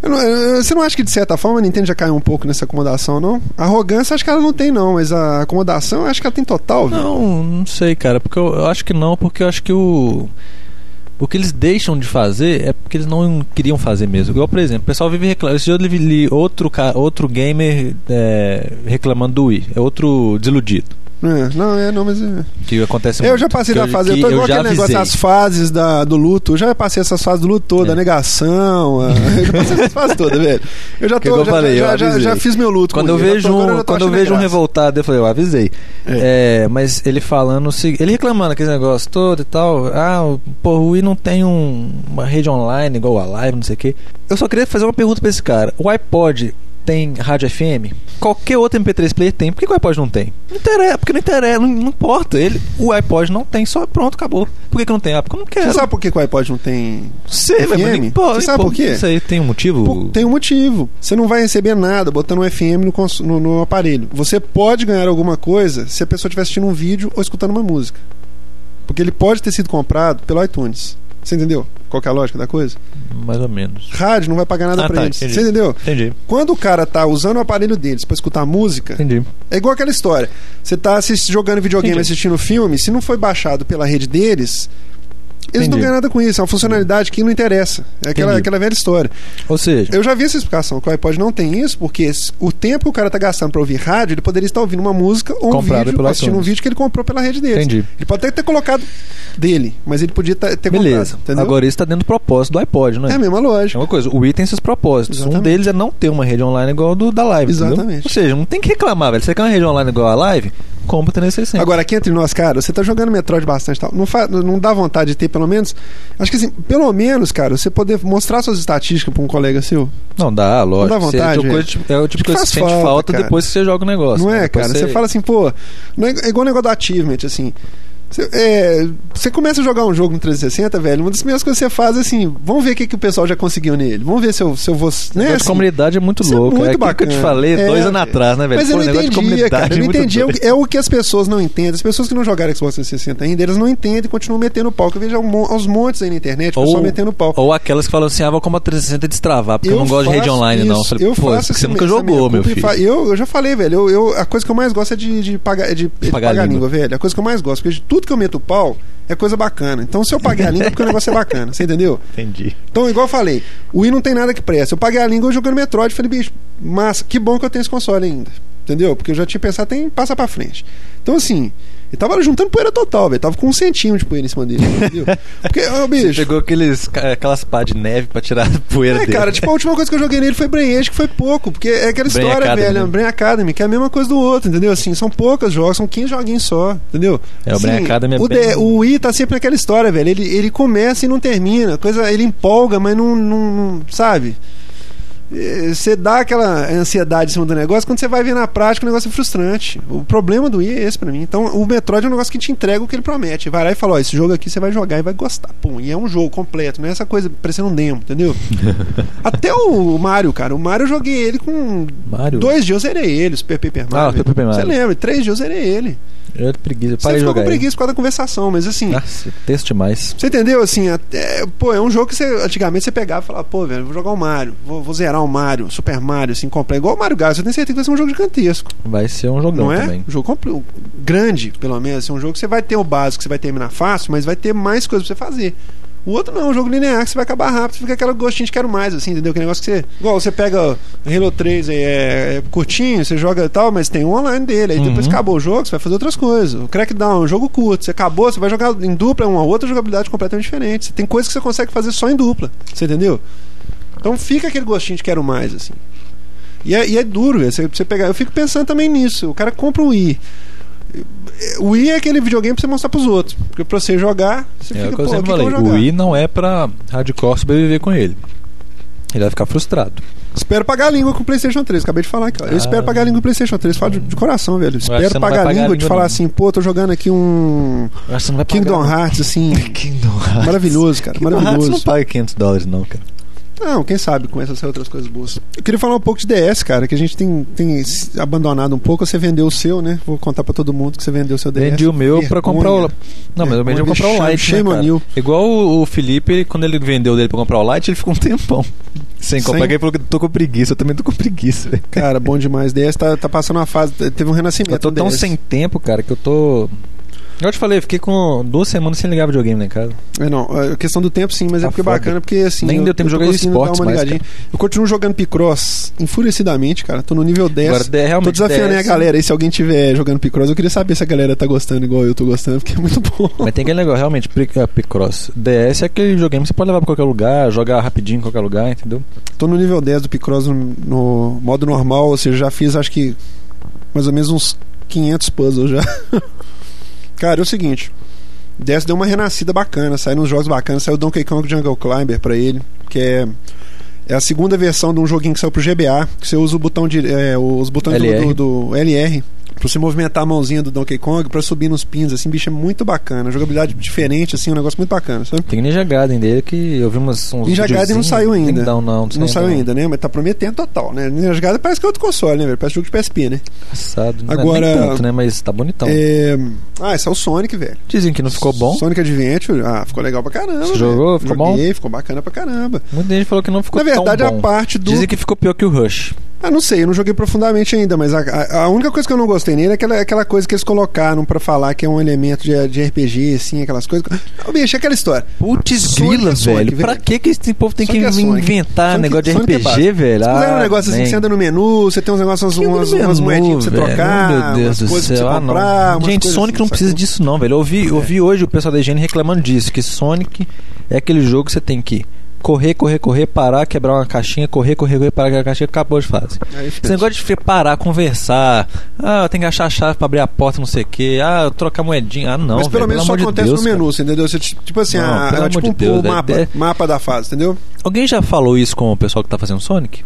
S3: Eu não- eu- Você não acha que, de certa forma, a Nintendo já caiu um pouco nessa acomodação, não? A arrogância acho que ela não tem, não, mas a acomodação eu acho que ela tem total, velho.
S2: Não, não sei, cara. Porque eu, eu acho que não, porque eu acho que o. O que eles deixam de fazer é porque eles não queriam fazer mesmo. Igual, por exemplo, o pessoal vive reclamando. Esse dia eu li- li outro, ca- outro gamer é, reclamando do Wii. É outro desiludido.
S3: É, não, é, não, mas. é.
S2: Que acontece
S3: Eu
S2: muito.
S3: já passei
S2: Que
S3: da fase, eu
S2: que
S3: tô igual
S2: já
S3: aquele negócio,
S2: avisei.
S3: as fases da, do luto. Eu já passei essas fases do luto toda,
S2: É.
S3: a negação. A... Eu já passei essas fases todas, velho. Eu já
S2: Que
S3: tô,
S2: eu
S3: já,
S2: falei,
S3: já,
S2: eu
S3: já,
S2: avisei.
S3: já fiz meu luto.
S2: Quando
S3: com
S2: eu
S3: o Wii.
S2: vejo
S3: tô- agora
S2: um,
S3: já tô
S2: quando eu
S3: achando
S2: vejo um
S3: graça.
S2: revoltado, eu falei, eu avisei. É, mas ele falando, o segui- ele reclamando aquele negócio todo e tal. Ah, o- pô, o Wii não tem um- uma rede online igual a Live, não sei o quê. Eu só queria fazer uma pergunta pra esse cara. O iPod tem rádio FM? Qualquer outro MP3 player tem. Por que, que o iPod não tem? Não interessa, porque não interessa, não, não importa. Ele, o iPod não tem, só pronto, acabou. Por que, que não tem? Ah, porque eu não quero.
S3: Você sabe por que que o iPod não tem
S2: Sei, mas
S3: FM?
S2: nem- pô,
S3: Você sabe
S2: pô,
S3: por quê?
S2: Isso aí tem um motivo?
S3: Pô, Tem um motivo. Você não vai receber nada botando um FM no, cons- no- no aparelho. Você pode ganhar alguma coisa se a pessoa estiver assistindo um vídeo ou escutando uma música. Porque ele pode ter sido comprado pelo iTunes. Você entendeu? Qual que é a lógica da coisa?
S2: Mais ou menos.
S3: Rádio não vai pagar nada
S2: Ah,
S3: pra
S2: tá,
S3: eles.
S2: entendi.
S3: Você entendeu?
S2: Entendi,
S3: Quando o cara tá usando o aparelho deles pra escutar música,
S2: entendi.
S3: é igual aquela história. Você tá assist- jogando videogame,
S2: Entendi.
S3: assistindo filme, se não foi baixado pela rede deles, eles não
S2: Entendi.
S3: ganham nada com isso. É uma funcionalidade que não interessa. É aquela,
S2: Entendi.
S3: aquela velha história.
S2: Ou seja,
S3: Eu já vi essa explicação, que o iPod não tem isso, porque s- o tempo que o cara tá gastando pra ouvir rádio, ele poderia estar ouvindo uma música ou um
S2: Comprado
S3: vídeo,
S2: pelo
S3: assistindo
S2: iTunes.
S3: um vídeo que ele comprou pela rede dele.
S2: Entendi.
S3: Ele pode até ter colocado dele, mas ele podia tá- ter
S2: Beleza.
S3: comprado, entendeu?
S2: Agora isso tá dentro do propósito do iPod, não é?
S3: É a mesma
S2: É
S3: lógica.
S2: uma coisa, o Wii tem seus propósitos. Um
S3: Exatamente.
S2: deles é não ter uma rede online igual a do da Live. entendeu?
S3: Exatamente.
S2: Ou seja, não tem que reclamar, velho. Você quer uma rede online igual a Live? Compra o 360.
S3: Agora, aqui entre nós, cara, você tá jogando Metroid bastante e tal. Não, fa- não dá vontade de ter, pelo menos. Acho que assim, pelo menos, cara, você poder mostrar suas estatísticas pra um colega seu.
S2: não dá, lógico.
S3: Não dá
S2: Você-
S3: vontade,
S2: é, o coisa- é o tipo de coisa que
S3: Faz
S2: você sente
S3: falta,
S2: falta
S3: cara.
S2: depois que você joga o negócio.
S3: Não
S2: né?
S3: é,
S2: Depois
S3: cara. Você fala assim, pô. não é, é igual o negócio do achievement, assim. Você é, você começa a jogar um jogo no 360, velho. Uma das primeiras coisas que você faz é assim: vamos ver o que, que o pessoal já conseguiu nele. Vamos ver se eu, se eu vou.
S2: O
S3: Né,
S2: negócio de
S3: assim,
S2: comunidade é muito
S3: isso é
S2: louco.
S3: muito
S2: é aquilo que eu te
S3: bacana.
S2: falei
S3: É,
S2: dois anos atrás, né, velho?
S3: Mas
S2: Pô,
S3: eu
S2: o
S3: não
S2: negócio de
S3: entendia,
S2: comunidade
S3: cara. Eu
S2: é
S3: não
S2: muito
S3: entendi. É o,
S2: doido.
S3: é o que as pessoas não entendem. As pessoas que não jogaram Xbox 360 ainda, elas não entendem e continuam metendo pau. Que eu vejo um mon- aos montes aí na internet, o pessoal metendo pau.
S2: ou aquelas que falam assim, ah, vou comprar o 360 e destravar, porque eu, não gosto de rede
S3: faço
S2: online, não. Eu
S3: isso.
S2: falei, pô, você
S3: faço essa-
S2: nunca
S3: essa
S2: jogou,
S3: minha
S2: meu
S3: culpa e
S2: filho.
S3: fa- Eu, eu já falei, velho. Eu, eu- a coisa que eu mais gosto é de, de pagar, de, de pagar, a língua, velho. A coisa que eu mais gosto, porque de tudo que eu meto o pau é coisa bacana. Então, se eu paguei a língua, é porque o negócio é bacana. Você entendeu?
S2: Entendi.
S3: Então, igual eu falei, o Wii não tem nada que presta. Eu paguei a língua eu jogando Metroid. Falei, bicho, massa, que bom que eu tenho esse console ainda. Entendeu? Porque eu já tinha pensado, tem passa pra frente. Então, assim, Ele tava juntando poeira total, velho. Tava com um centímetro de poeira em cima dele, entendeu? Porque, ô,
S2: Você
S3: bicho.
S2: pegou aqueles, ca- aquelas pá de neve pra tirar a poeira
S3: É,
S2: dele.
S3: cara, tipo, a última coisa que eu joguei nele foi Brain Age, que foi pouco, porque é aquela
S2: Brain
S3: história,
S2: Academy,
S3: velho,
S2: né?
S3: Brain Academy, que é a mesma coisa do outro, entendeu? Assim, são poucos jogos, são 15 joguinhos só, entendeu?
S2: É, o
S3: assim,
S2: Brain Academy é
S3: o,
S2: bem-
S3: de- o Wii tá sempre naquela história, velho, ele, ele começa e não termina, coisa, ele empolga, mas não, não- não- sabe? É, Você dá aquela ansiedade em cima do negócio, quando você vai ver na prática o negócio é frustrante. O problema do Wii é esse pra mim. Então, o Metroid é um negócio que te entrega o que ele promete. Vai lá e fala: Ó, esse jogo aqui você vai jogar e vai gostar. Pum, e é um jogo completo, não é essa coisa parecendo um demo, entendeu? Até o Mario, cara. O Mario eu joguei ele com.
S2: Mario.
S3: Dois dias eu zerei ele, o Super
S2: Ah,
S3: Paper
S2: o
S3: Mario.
S2: Super Paper
S3: Você
S2: Mario.
S3: lembra? Três dias eu zerei ele.
S2: Eu tô preguiça, eu
S3: Você
S2: parei de
S3: ficou
S2: jogar.
S3: com
S2: ele.
S3: preguiça por causa da conversação, mas assim.
S2: Nossa, texto demais.
S3: Você entendeu? Assim, até, pô, é um jogo que você, antigamente você pegava e falava, pô, velho, vou jogar o Mario, vou, vou zerar o Mario, Super Mario, assim, completo. Igual o Mario Galaxy, eu tenho certeza que vai ser um jogo gigantesco.
S2: Vai ser um jogão
S3: Não é?
S2: também.
S3: Um jogo compl- um- grande, pelo menos. assim, um jogo que você vai ter o básico, que você vai terminar fácil, mas vai ter mais coisa pra você fazer. O outro não, é um jogo linear que você vai acabar rápido, fica aquela gostinho de quero mais, assim, entendeu? Que negócio que você. Igual você pega Halo 3 aí, é, é curtinho, você joga e tal, mas tem o online dele. Aí depois
S2: Uhum.
S3: acabou o jogo, você vai fazer outras coisas. O Crackdown é um jogo curto, você acabou, você vai jogar em dupla, é uma outra jogabilidade completamente diferente. Você tem coisas que você consegue fazer só em dupla, você entendeu? Então fica aquele gostinho de quero mais, assim. E é, e é duro, velho. Você, você pegar. Eu fico pensando também nisso. O cara compra o Wii. O Wii é aquele videogame pra você mostrar pros outros. Porque pra você jogar, você
S2: É
S3: fica,
S2: o que eu
S3: pô, o
S2: sempre
S3: que que eu
S2: falei.
S3: vou
S2: o
S3: jogar?
S2: Wii não é pra hardcore sobreviver com ele. Ele vai ficar frustrado.
S3: Espero pagar a língua com o PlayStation 3. Acabei de falar aqui, ó. Eu
S2: Ah.
S3: espero pagar a língua com o PlayStation 3. Falo de, de coração, velho.
S2: que você
S3: Espero
S2: não vai
S3: pagar a
S2: pagar a
S3: língua de
S2: língua,
S3: falar
S2: não.
S3: assim, pô, tô jogando aqui um
S2: Eu acho que você não vai
S3: Kingdom
S2: pagar.
S3: Hearts, assim.
S2: Kingdom Hearts.
S3: maravilhoso, cara.
S2: Kingdom Hearts não
S3: Maravilhoso.
S2: paga 500 dólares, não, cara.
S3: Não, quem sabe com essas outras coisas boas. Eu queria falar um pouco de DS, cara, que a gente tem, tem se abandonado um pouco. Você vendeu o seu, né? Vou contar pra todo mundo que você vendeu o seu DS.
S2: Vendi o meu pra
S3: Vergonha.
S2: comprar o. Não, mas eu vendi pra comprar o
S3: Vergonha,
S2: Light. Né,
S3: shame on
S2: cara?
S3: you.
S2: Igual o o Felipe, ele- quando ele vendeu o dele pra comprar o Light, ele ficou um tempão. Sem comprar,
S3: Sem-
S2: que ele falou que tô com preguiça. Eu também tô com preguiça, velho.
S3: Cara, bom demais. DS tá, tá passando uma fase. Teve um renascimento.
S2: Eu tô
S3: do
S2: tão
S3: DS.
S2: sem tempo, cara, que eu tô. Eu te falei, eu fiquei com duas semanas sem ligar videogame lá em casa.
S3: É, não, a questão do tempo sim, mas
S2: Tá
S3: é porque é
S2: foda.
S3: bacana, porque assim.
S2: Nem
S3: eu,
S2: deu tempo
S3: eu
S2: de
S3: tô
S2: jogar
S3: conseguindo dar
S2: esportes
S3: uma
S2: mais,
S3: ligadinha. Eu continuo jogando Picross enfurecidamente, cara. Tô no nível 10.
S2: Agora, é
S3: Tô
S2: realmente.
S3: desafiando aí a
S2: DS.
S3: galera aí, se alguém tiver jogando Picross, eu queria saber se a galera tá gostando igual eu tô gostando, porque é muito bom.
S2: Mas tem aquele negócio, realmente, Pri- é, Picross. DS é aquele videogame que você pode levar pra qualquer lugar, jogar rapidinho em qualquer lugar, entendeu?
S3: Tô no nível 10 do Picross no, no modo normal, ou seja, já fiz acho que mais ou menos uns 500 puzzles já. Cara, é o seguinte. DS deu uma renascida bacana, saiu uns jogos bacanas, saiu Donkey Kong Jungle Climber pra ele, que é é a segunda versão de um joguinho que saiu pro GBA, que você usa o botão de, é, os botões do-
S2: LR.
S3: Do, do LR pra você movimentar a mãozinha do Donkey Kong pra subir nos pins, assim, bicho, é muito bacana, jogabilidade diferente, assim, um negócio muito bacana, sabe?
S2: Tem Ninja Gaiden dele que eu vi umas, uns.
S3: Ninja Gaiden não
S2: videozinhos.
S3: saiu ainda.
S2: Não, não,
S3: Não saiu ainda, né? Mas tá prometendo total, né? Ninja Gaiden parece que é outro console, né, velho? Parece jogo de PSP, né?
S2: Passado. Agora. Não
S3: Agora-
S2: é nem tanto, né? Mas tá bonitão.
S3: É... Ah, esse é o Sonic, velho.
S2: Dizem que não ficou bom.
S3: Sonic Adventure, ah, ficou legal pra caramba.
S2: Você
S3: velho.
S2: jogou? Ficou bom?
S3: Joguei, ficou bacana pra caramba.
S2: Muita gente falou que não ficou
S3: Na verdade,
S2: tão
S3: a
S2: bom.
S3: parte do.
S2: Dizem que ficou pior que o Rush.
S3: Ah, não sei, eu não joguei profundamente ainda, mas a, a- a única coisa que eu não gostei nele é aquela, aquela coisa que eles colocaram pra falar que é um elemento de, de RPG, assim, aquelas coisas. Ah, bicho, é aquela história.
S2: Putz,
S3: Sonic
S2: grila,
S3: é Sonic,
S2: velho. Pra
S3: velho.
S2: que que esse povo tem
S3: Sonic
S2: que
S3: é Sonic.
S2: inventar
S3: Sonic-
S2: negócio de
S3: Sonic é
S2: RPG, velho?
S3: Se fizeram
S2: Ah,
S3: um negócio assim,
S2: man.
S3: que você anda no menu, você tem uns negócios,
S2: Que
S3: umas,
S2: no menu,
S3: umas moedinhas pra você
S2: um velho.
S3: trocar,
S2: Meu Deus
S3: umas
S2: do
S3: coisas pra
S2: céu.
S3: você
S2: Ah,
S3: comprar.
S2: não.
S3: umas
S2: Gente,
S3: coisas
S2: Sonic
S3: assim,
S2: não precisa
S3: sacou? É.
S2: disso, não, velho. Eu ouvi, eu ouvi hoje o pessoal da higiene reclamando disso, que Sonic é aquele jogo que você tem que correr, correr, correr, parar, quebrar uma caixinha, correr, correr, correr, parar, quebrar uma caixinha, acabou de fase.
S3: Aí fica
S2: Esse negócio de fe- parar, conversar, ah, eu tenho que achar a chave pra abrir a porta, não sei o quê, ah, trocar moedinha, ah, não,
S3: Mas pelo
S2: velho,
S3: menos só
S2: amor de
S3: acontece
S2: Deus,
S3: no
S2: cara.
S3: menu, você entendeu? Você, tipo assim,
S2: Não,
S3: a-
S2: pelo
S3: é
S2: amor
S3: tipo
S2: de
S3: um
S2: Deus,
S3: o
S2: velho.
S3: mapa,
S2: Deve-
S3: mapa da fase, entendeu?
S2: Alguém já falou isso com o pessoal que tá fazendo Sonic?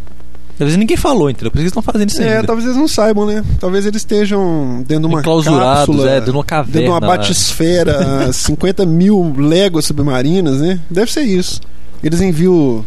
S2: Às vezes ninguém falou, entendeu? Por isso que eles estão fazendo isso
S3: é,
S2: ainda.
S3: talvez eles não saibam, né? Talvez eles estejam dentro de uma
S2: Enclausurados,
S3: cápsula,
S2: é, dentro de uma caverna,
S3: dentro de uma
S2: lá.
S3: batisfera, a 50 mil léguas submarinas, né? Deve ser isso. Eles enviam...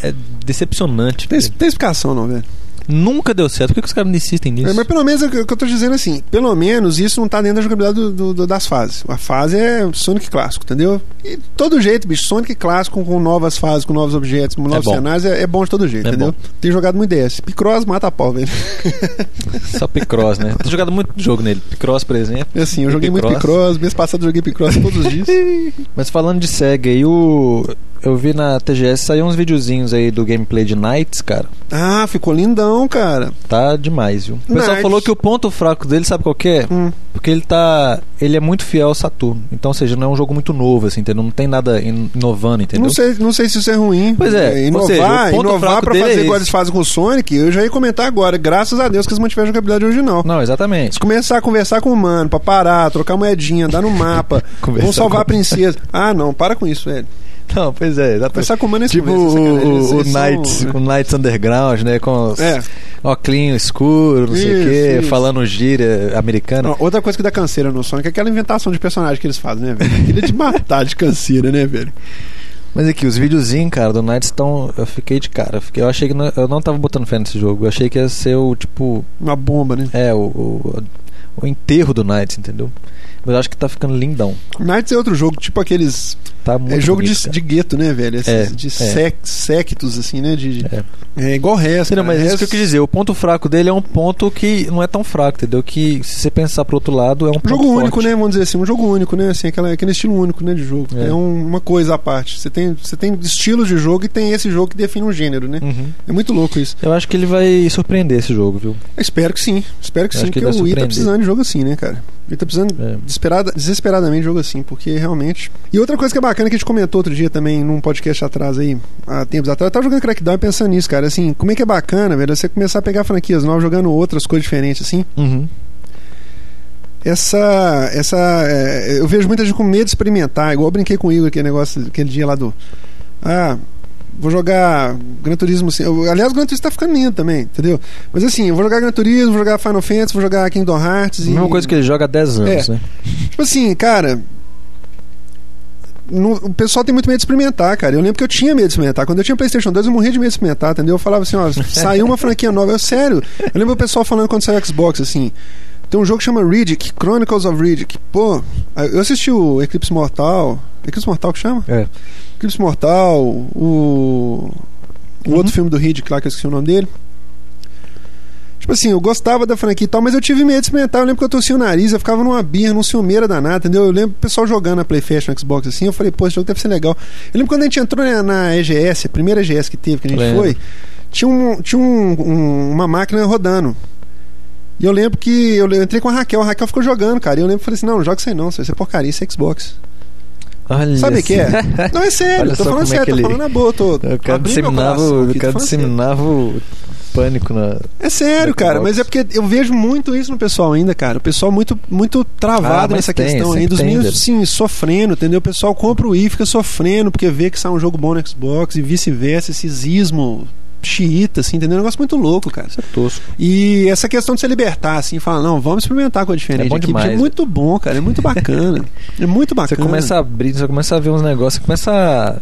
S2: É decepcionante.
S3: Tem,
S2: velho.
S3: tem explicação não, velho?
S2: Nunca deu certo. Por que, que os caras não insistem nisso?
S3: É, mas pelo menos é o que o que eu tô dizendo assim, pelo menos isso não tá dentro da jogabilidade do- do- do- das fases. A fase é Sonic clássico, entendeu? E todo jeito, bicho, Sonic clássico com novas fases, com novos objetos, com novos
S2: bom.
S3: cenários, é, é bom de todo jeito,
S2: É
S3: entendeu? Tem jogado muito DS. Picross mata a pau, velho.
S2: Só Picross, né? Tem jogado muito jogo nele. Picross, por exemplo.
S3: É assim, eu
S2: E
S3: joguei muito
S2: Picross?
S3: Picross, mês passado eu joguei Picross todos os dias.
S2: Mas falando de SEGA aí, o. Eu vi na TGS sair uns videozinhos aí do gameplay de Knights, cara.
S3: Ah, ficou lindão, cara.
S2: Tá demais, viu? O pessoal
S3: Knights.
S2: falou que o ponto fraco dele, sabe qual que é?
S3: Hum.
S2: Porque ele tá. Ele é muito fiel ao Saturno. Então, ou seja, não é um jogo muito novo, assim, entendeu? Não tem nada in- inovando, entendeu?
S3: Não sei, não sei se isso é ruim.
S2: Pois é, ou
S3: Inovar,
S2: seja, o ponto
S3: inovar
S2: fraco
S3: pra
S2: dele é
S3: fazer igual
S2: esse.
S3: eles fazem com o Sonic, eu já ia comentar agora. Graças a Deus que eles mantiveram a jogabilidade original.
S2: Não, exatamente.
S3: Se começar a conversar com o mano, pra parar, trocar moedinha, andar no mapa,
S2: Conversar
S3: vamos
S2: com-
S3: salvar a princesa. Ah, não, para com isso, velho.
S2: Não, pois é, exatamente.
S3: Conversar com o mano é
S2: Tipo
S3: conversa, sacanagem.
S2: o,
S3: Eles-
S2: o, o
S3: eles são-
S2: Knights, com o Knights Underground, né? Com os
S3: É.
S2: óculos escuros, não sei o
S3: Isso,
S2: quê,
S3: isso.
S2: falando gíria americana.
S3: Não, outra coisa que dá canseira no Sonic é aquela inventação de personagem que eles fazem, né, velho? Aquilo é de matar de canseira, né, velho?
S2: Mas aqui, os videozinhos, cara, do Knights estão. Eu fiquei de cara. Eu, fiquei- eu achei que. não- eu não tava botando fé nesse jogo. Eu achei que ia ser o, tipo.
S3: Uma bomba, né?
S2: É, o. o, o enterro do Knights, entendeu? Mas eu acho que tá ficando lindão.
S3: Knights é outro jogo, tipo aqueles.
S2: Tá muito
S3: é jogo
S2: bonito,
S3: de,
S2: cara.
S3: de gueto, né, velho? Esses-
S2: É,
S3: de
S2: é.
S3: sec- sectos, assim, né? De, de-
S2: É.
S3: é. igual resto.
S2: Sim, não, mas é isso que eu quis dizer. O ponto fraco dele é um ponto que não é tão fraco, entendeu? Que se você pensar pro outro lado, é um
S3: Um
S2: ponto
S3: jogo único,
S2: forte.
S3: né? Vamos dizer assim, um jogo único, né? Assim, aquela, aquele estilo único, né, de jogo.
S2: É.
S3: É, um- uma coisa à parte. Você tem, você tem estilos de jogo e tem esse jogo que define um gênero, né?
S2: Uhum.
S3: É muito louco isso.
S2: Eu acho que ele vai surpreender esse jogo, viu?
S3: Eu espero que sim. Espero que
S2: Eu
S3: sim,
S2: acho que
S3: porque
S2: ele vai
S3: o Wii tá
S2: surpreender.
S3: precisando de jogo assim, né, cara? O Wii tá precisando
S2: É.
S3: desesperada- desesperadamente de jogo assim, porque realmente. E outra coisa que é bacana que a gente comentou outro dia também num podcast atrás aí, há tempos atrás, eu tava jogando Crackdown e pensando nisso, cara. Assim, como é que é bacana, velho, você começar a pegar franquias novas, jogando outras coisas diferentes, assim.
S2: Uhum.
S3: essa essa é, eu vejo muita gente com medo de experimentar igual eu brinquei com o Igor aquele negócio aquele dia lá do ah vou jogar Gran Turismo assim, eu- aliás o Gran Turismo tá ficando lindo também entendeu mas assim eu vou jogar Gran Turismo vou jogar Final Fantasy vou jogar Kingdom Hearts e,
S2: Mesma coisa que ele joga há 10 anos, né?
S3: tipo assim cara não- o pessoal tem muito medo de experimentar, cara. Eu lembro que eu tinha medo de experimentar. Quando eu tinha PlayStation 2, eu morria de medo de experimentar, entendeu? Eu falava assim: ó, saiu uma franquia nova. Eu, sério. Eu lembro o pessoal falando quando saiu o Xbox, assim. Tem um jogo que chama Riddick, Chronicles of Riddick. Pô, eu assisti o Eclipse Mortal. Eclipse Mortal que chama?
S2: É.
S3: Eclipse Mortal, o. O
S2: Uhum.
S3: outro filme do Riddick lá, que eu esqueci o nome dele. Tipo assim, eu gostava da franquia e tal, mas eu tive medo de experimentar. Eu lembro que eu torcia o nariz, eu ficava numa birra, num ciumeira danada, entendeu? Eu lembro o pessoal jogando na PlayStation, Xbox assim. Eu falei, pô, esse jogo deve ser legal. Eu lembro quando a gente entrou na, na EGS, a primeira EGS que teve, que a gente
S2: Lembro.
S3: foi, tinha, um, tinha um- um- uma máquina rodando. E eu lembro que eu, eu entrei com a Raquel, a Raquel ficou jogando, cara. E eu lembro que falei assim: não, não joga isso aí não, isso vai ser porcaria, isso é Xbox.
S2: Olha
S3: Sabe o que é?
S2: só.
S3: Não, é sério,
S2: Olha
S3: tô
S2: só
S3: falando
S2: como é
S3: sério,
S2: que
S3: tô
S2: ele- é,
S3: falando na boa, tô.
S2: O cara
S3: abrindo meu
S2: disseminava,
S3: coração
S2: o
S3: aqui, tô
S2: cara
S3: falando sério.
S2: disseminava o pânico na.
S3: É sério, cara, mas é porque eu vejo muito isso no pessoal ainda, cara. O pessoal muito, muito
S2: Ah,
S3: travado
S2: mas
S3: nessa
S2: tem,
S3: questão
S2: sempre
S3: aí. Dos
S2: tem, velho.
S3: meninos, sim, sofrendo, entendeu? O pessoal compra o Wii, fica sofrendo, porque vê que sai um jogo bom no Xbox e vice-versa, esse ismo xiita, assim, entendeu? É um negócio muito louco, cara.
S2: Isso é tosco.
S3: E essa questão de se libertar, assim, falar, não, vamos experimentar coisa diferente
S2: É bom
S3: aqui, porque
S2: demais,
S3: é muito bom, cara, é muito bacana. é muito bacana.
S2: Você começa a abrir, você começa a ver uns negócios, você começa a.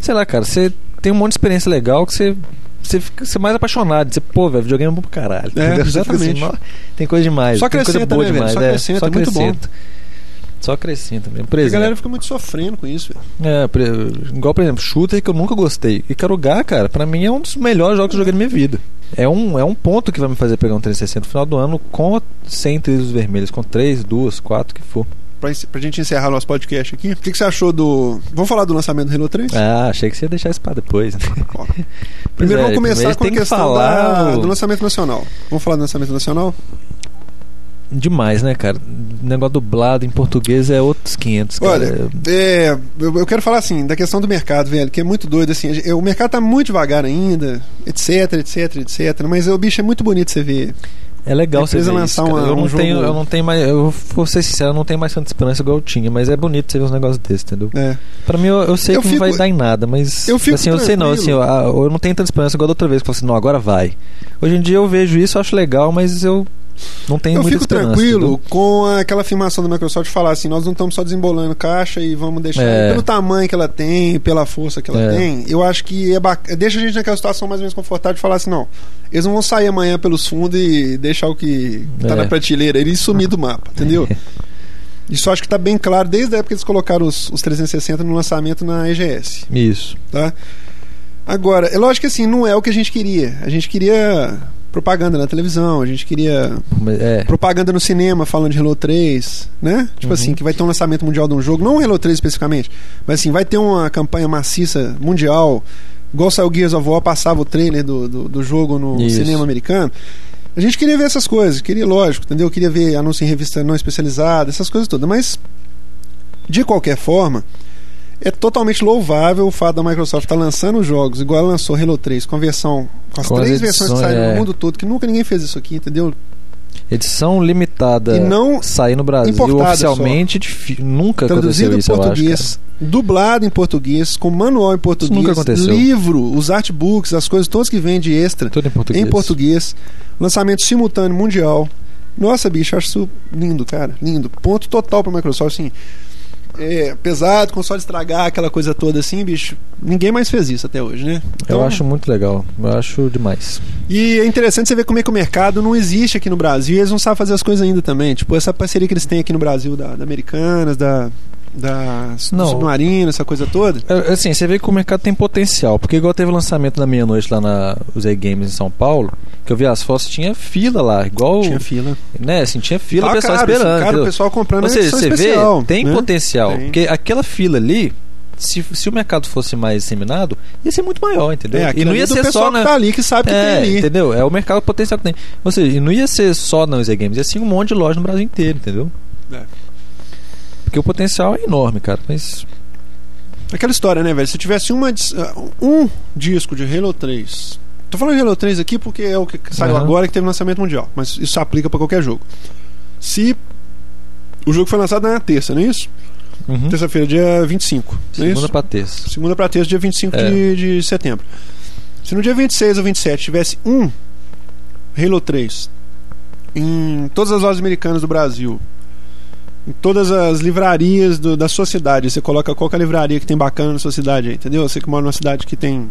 S2: Sei lá, cara, você tem um monte de experiência legal que você. Você fica você é mais apaixonado, você, pô, velho, videogame é bom pra caralho.
S3: É,
S2: entendeu? Você fica assim,
S3: exatamente.
S2: "Nó, tem coisa demais,
S3: Só
S2: tem coisa
S3: acrescenta,
S2: boa
S3: né, velho?
S2: demais.
S3: Só
S2: é,
S3: acrescenta,
S2: só
S3: é muito bom.
S2: acrescenta. Só acrescenta mesmo. Por
S3: A
S2: exemplo,
S3: galera fica muito sofrendo com isso, velho.
S2: É, por- igual, por exemplo, shooter que eu nunca gostei. E Karuga, cara, pra mim é um dos melhores jogos que eu joguei na minha vida. É um, é um ponto que vai me fazer pegar um 360 no final do ano com ou sem trilhos vermelhos, com 3, 2, 4, que for.
S3: pra, ence- pra gente encerrar nosso podcast aqui, o que, que você achou do. Vamos falar do lançamento do Halo 3?
S2: Ah, achei que você ia deixar isso pra depois. né?
S3: Ó,
S2: Pois é,
S3: Primeiro vamos começar
S2: primeiro
S3: com a
S2: tem que
S3: questão
S2: falar
S3: da-
S2: o-
S3: do lançamento nacional. Vamos falar do lançamento nacional?
S2: Demais, né, cara? Negócio dublado em português é outros 500, cara.
S3: Olha, é, eu, eu quero falar assim, da questão do mercado, velho, que é muito doido, assim, a gen- o mercado tá muito devagar ainda, etc, etc, etc, mas o bicho é muito bonito você ver.
S2: É legal você
S3: Precisa
S2: ver
S3: lançar
S2: isso, cara.
S3: uma-
S2: eu, não
S3: um jogo-
S2: tenho, eu não tenho mais... Eu vou ser sincero, eu não tenho mais tanta esperança igual eu tinha, mas é bonito você ver uns negócios desses, entendeu?
S3: É.
S2: Pra mim, eu, eu sei
S3: Eu
S2: que
S3: fico-
S2: não vai dar em nada, mas.
S3: eu fico
S2: assim, eu sei não, assim,
S3: tranquilo.
S2: eu, ah, eu não tenho tanta esperança igual da outra vez, que eu falo assim, não, agora vai. Hoje em dia eu vejo isso, eu acho legal, mas eu não tenho
S3: Eu
S2: muita
S3: fico
S2: esperança.
S3: tranquilo com aquela afirmação da Microsoft de falar assim, nós não estamos só desembolando caixa e vamos deixar
S2: É.
S3: pelo tamanho que ela tem, pela força que ela
S2: É.
S3: tem. Eu acho que é bac- deixa a gente naquela situação mais ou menos confortável de falar assim, não, eles não vão sair amanhã pelos fundos e deixar o que tá
S2: É.
S3: na prateleira, eles sumir do mapa, entendeu? Isso eu acho que tá bem claro desde a época que eles colocaram os, os 360 no lançamento na EGS
S2: entendeu? Isso.
S3: tá? Agora, é lógico que assim, não é o que a gente queria. A gente queria propaganda na televisão, a gente queria
S2: Mas, É,
S3: propaganda no cinema falando de Halo 3, né? Tipo
S2: Uhum.
S3: assim, que vai ter um lançamento mundial de um jogo, não o Halo 3 especificamente, mas assim, vai ter uma campanha maciça mundial, igual saiu Gears of War, passava o trailer do, do, do jogo no
S2: Isso.
S3: cinema americano. A gente queria ver essas coisas, queria, lógico, entendeu? Queria ver anúncio em revista não especializada, essas coisas todas, mas de qualquer forma, é totalmente louvável o fato da Microsoft estar lançando jogos, igual ela lançou Halo 3, com a versão, com as
S2: Com as
S3: três versões que
S2: edições,
S3: saíram
S2: é.
S3: no mundo todo, que nunca ninguém fez isso aqui, entendeu?
S2: edição limitada.
S3: E não
S2: sair no Brasil
S3: importada
S2: oficialmente difi- nunca
S3: traduzido
S2: aconteceu
S3: em
S2: isso, eu acho.
S3: português,
S2: cara.
S3: dublado em português, com manual em português,
S2: nunca aconteceu.
S3: livro, os artbooks, as coisas todas que vêm de extra
S2: Tudo em português.
S3: em português, lançamento simultâneo mundial. Nossa, bicho, eu acho isso lindo, cara, lindo. Ponto total pra Microsoft, assim. É, pesado, console estragar, aquela coisa toda assim, bicho. Ninguém mais fez isso até hoje, né?
S2: Eu
S3: Então-
S2: acho muito legal. Eu acho demais.
S3: E é interessante você ver como é que o mercado não existe aqui no Brasil e eles não sabem fazer as coisas ainda também. Tipo, essa parceria que eles têm aqui no Brasil da, da Americanas, da, da
S2: Não.
S3: Submarina, essa coisa toda.
S2: É, Assim, você vê que o mercado tem potencial. Porque igual teve o lançamento da meia-noite lá na Z Games em São Paulo, que eu vi as fotos, tinha fila lá. Igual.
S3: Tinha fila.
S2: Né, assim, tinha Oh. fila, o
S3: Tava
S2: pessoal
S3: caro, assim,
S2: esperando.
S3: Cara, o
S2: entendeu?
S3: pessoal comprando
S2: Ou
S3: a
S2: seja,
S3: edição
S2: você
S3: especial.
S2: vê, tem
S3: né?
S2: potencial.
S3: Tem.
S2: Porque aquela fila ali, se, se o mercado fosse mais disseminado, ia ser muito maior, entendeu?
S3: É,
S2: e não ia
S3: do
S2: ser
S3: pessoal
S2: só na.
S3: que tá ali que sabe que
S2: é,
S3: tem ali.
S2: entendeu? É o mercado potencial que tem. Ou seja, e não ia ser só na Z Games, ia ser um monte de loja no Brasil inteiro, entendeu?
S3: É.
S2: Porque o potencial é enorme, cara. Mas.
S3: Aquela história, né, velho? Se tivesse uma, dis- um disco de Halo 3. Tô falando de Halo 3 aqui porque é o que saiu
S2: Aham.
S3: agora e que teve lançamento mundial. Mas isso aplica pra qualquer jogo. Se. O jogo foi lançado na terça, não é isso?
S2: Uhum.
S3: Terça-feira, dia 25. Não é
S2: Segunda
S3: isso?
S2: pra terça.
S3: Segunda pra terça, dia 25
S2: É.
S3: de, de setembro. Se no dia 26 ou 27 tivesse um Halo 3 em todas as lojas americanas do Brasil, em todas as livrarias do- da sua cidade, você coloca qualquer livraria que tem bacana na sua cidade, aí, entendeu? Você que mora numa cidade que tem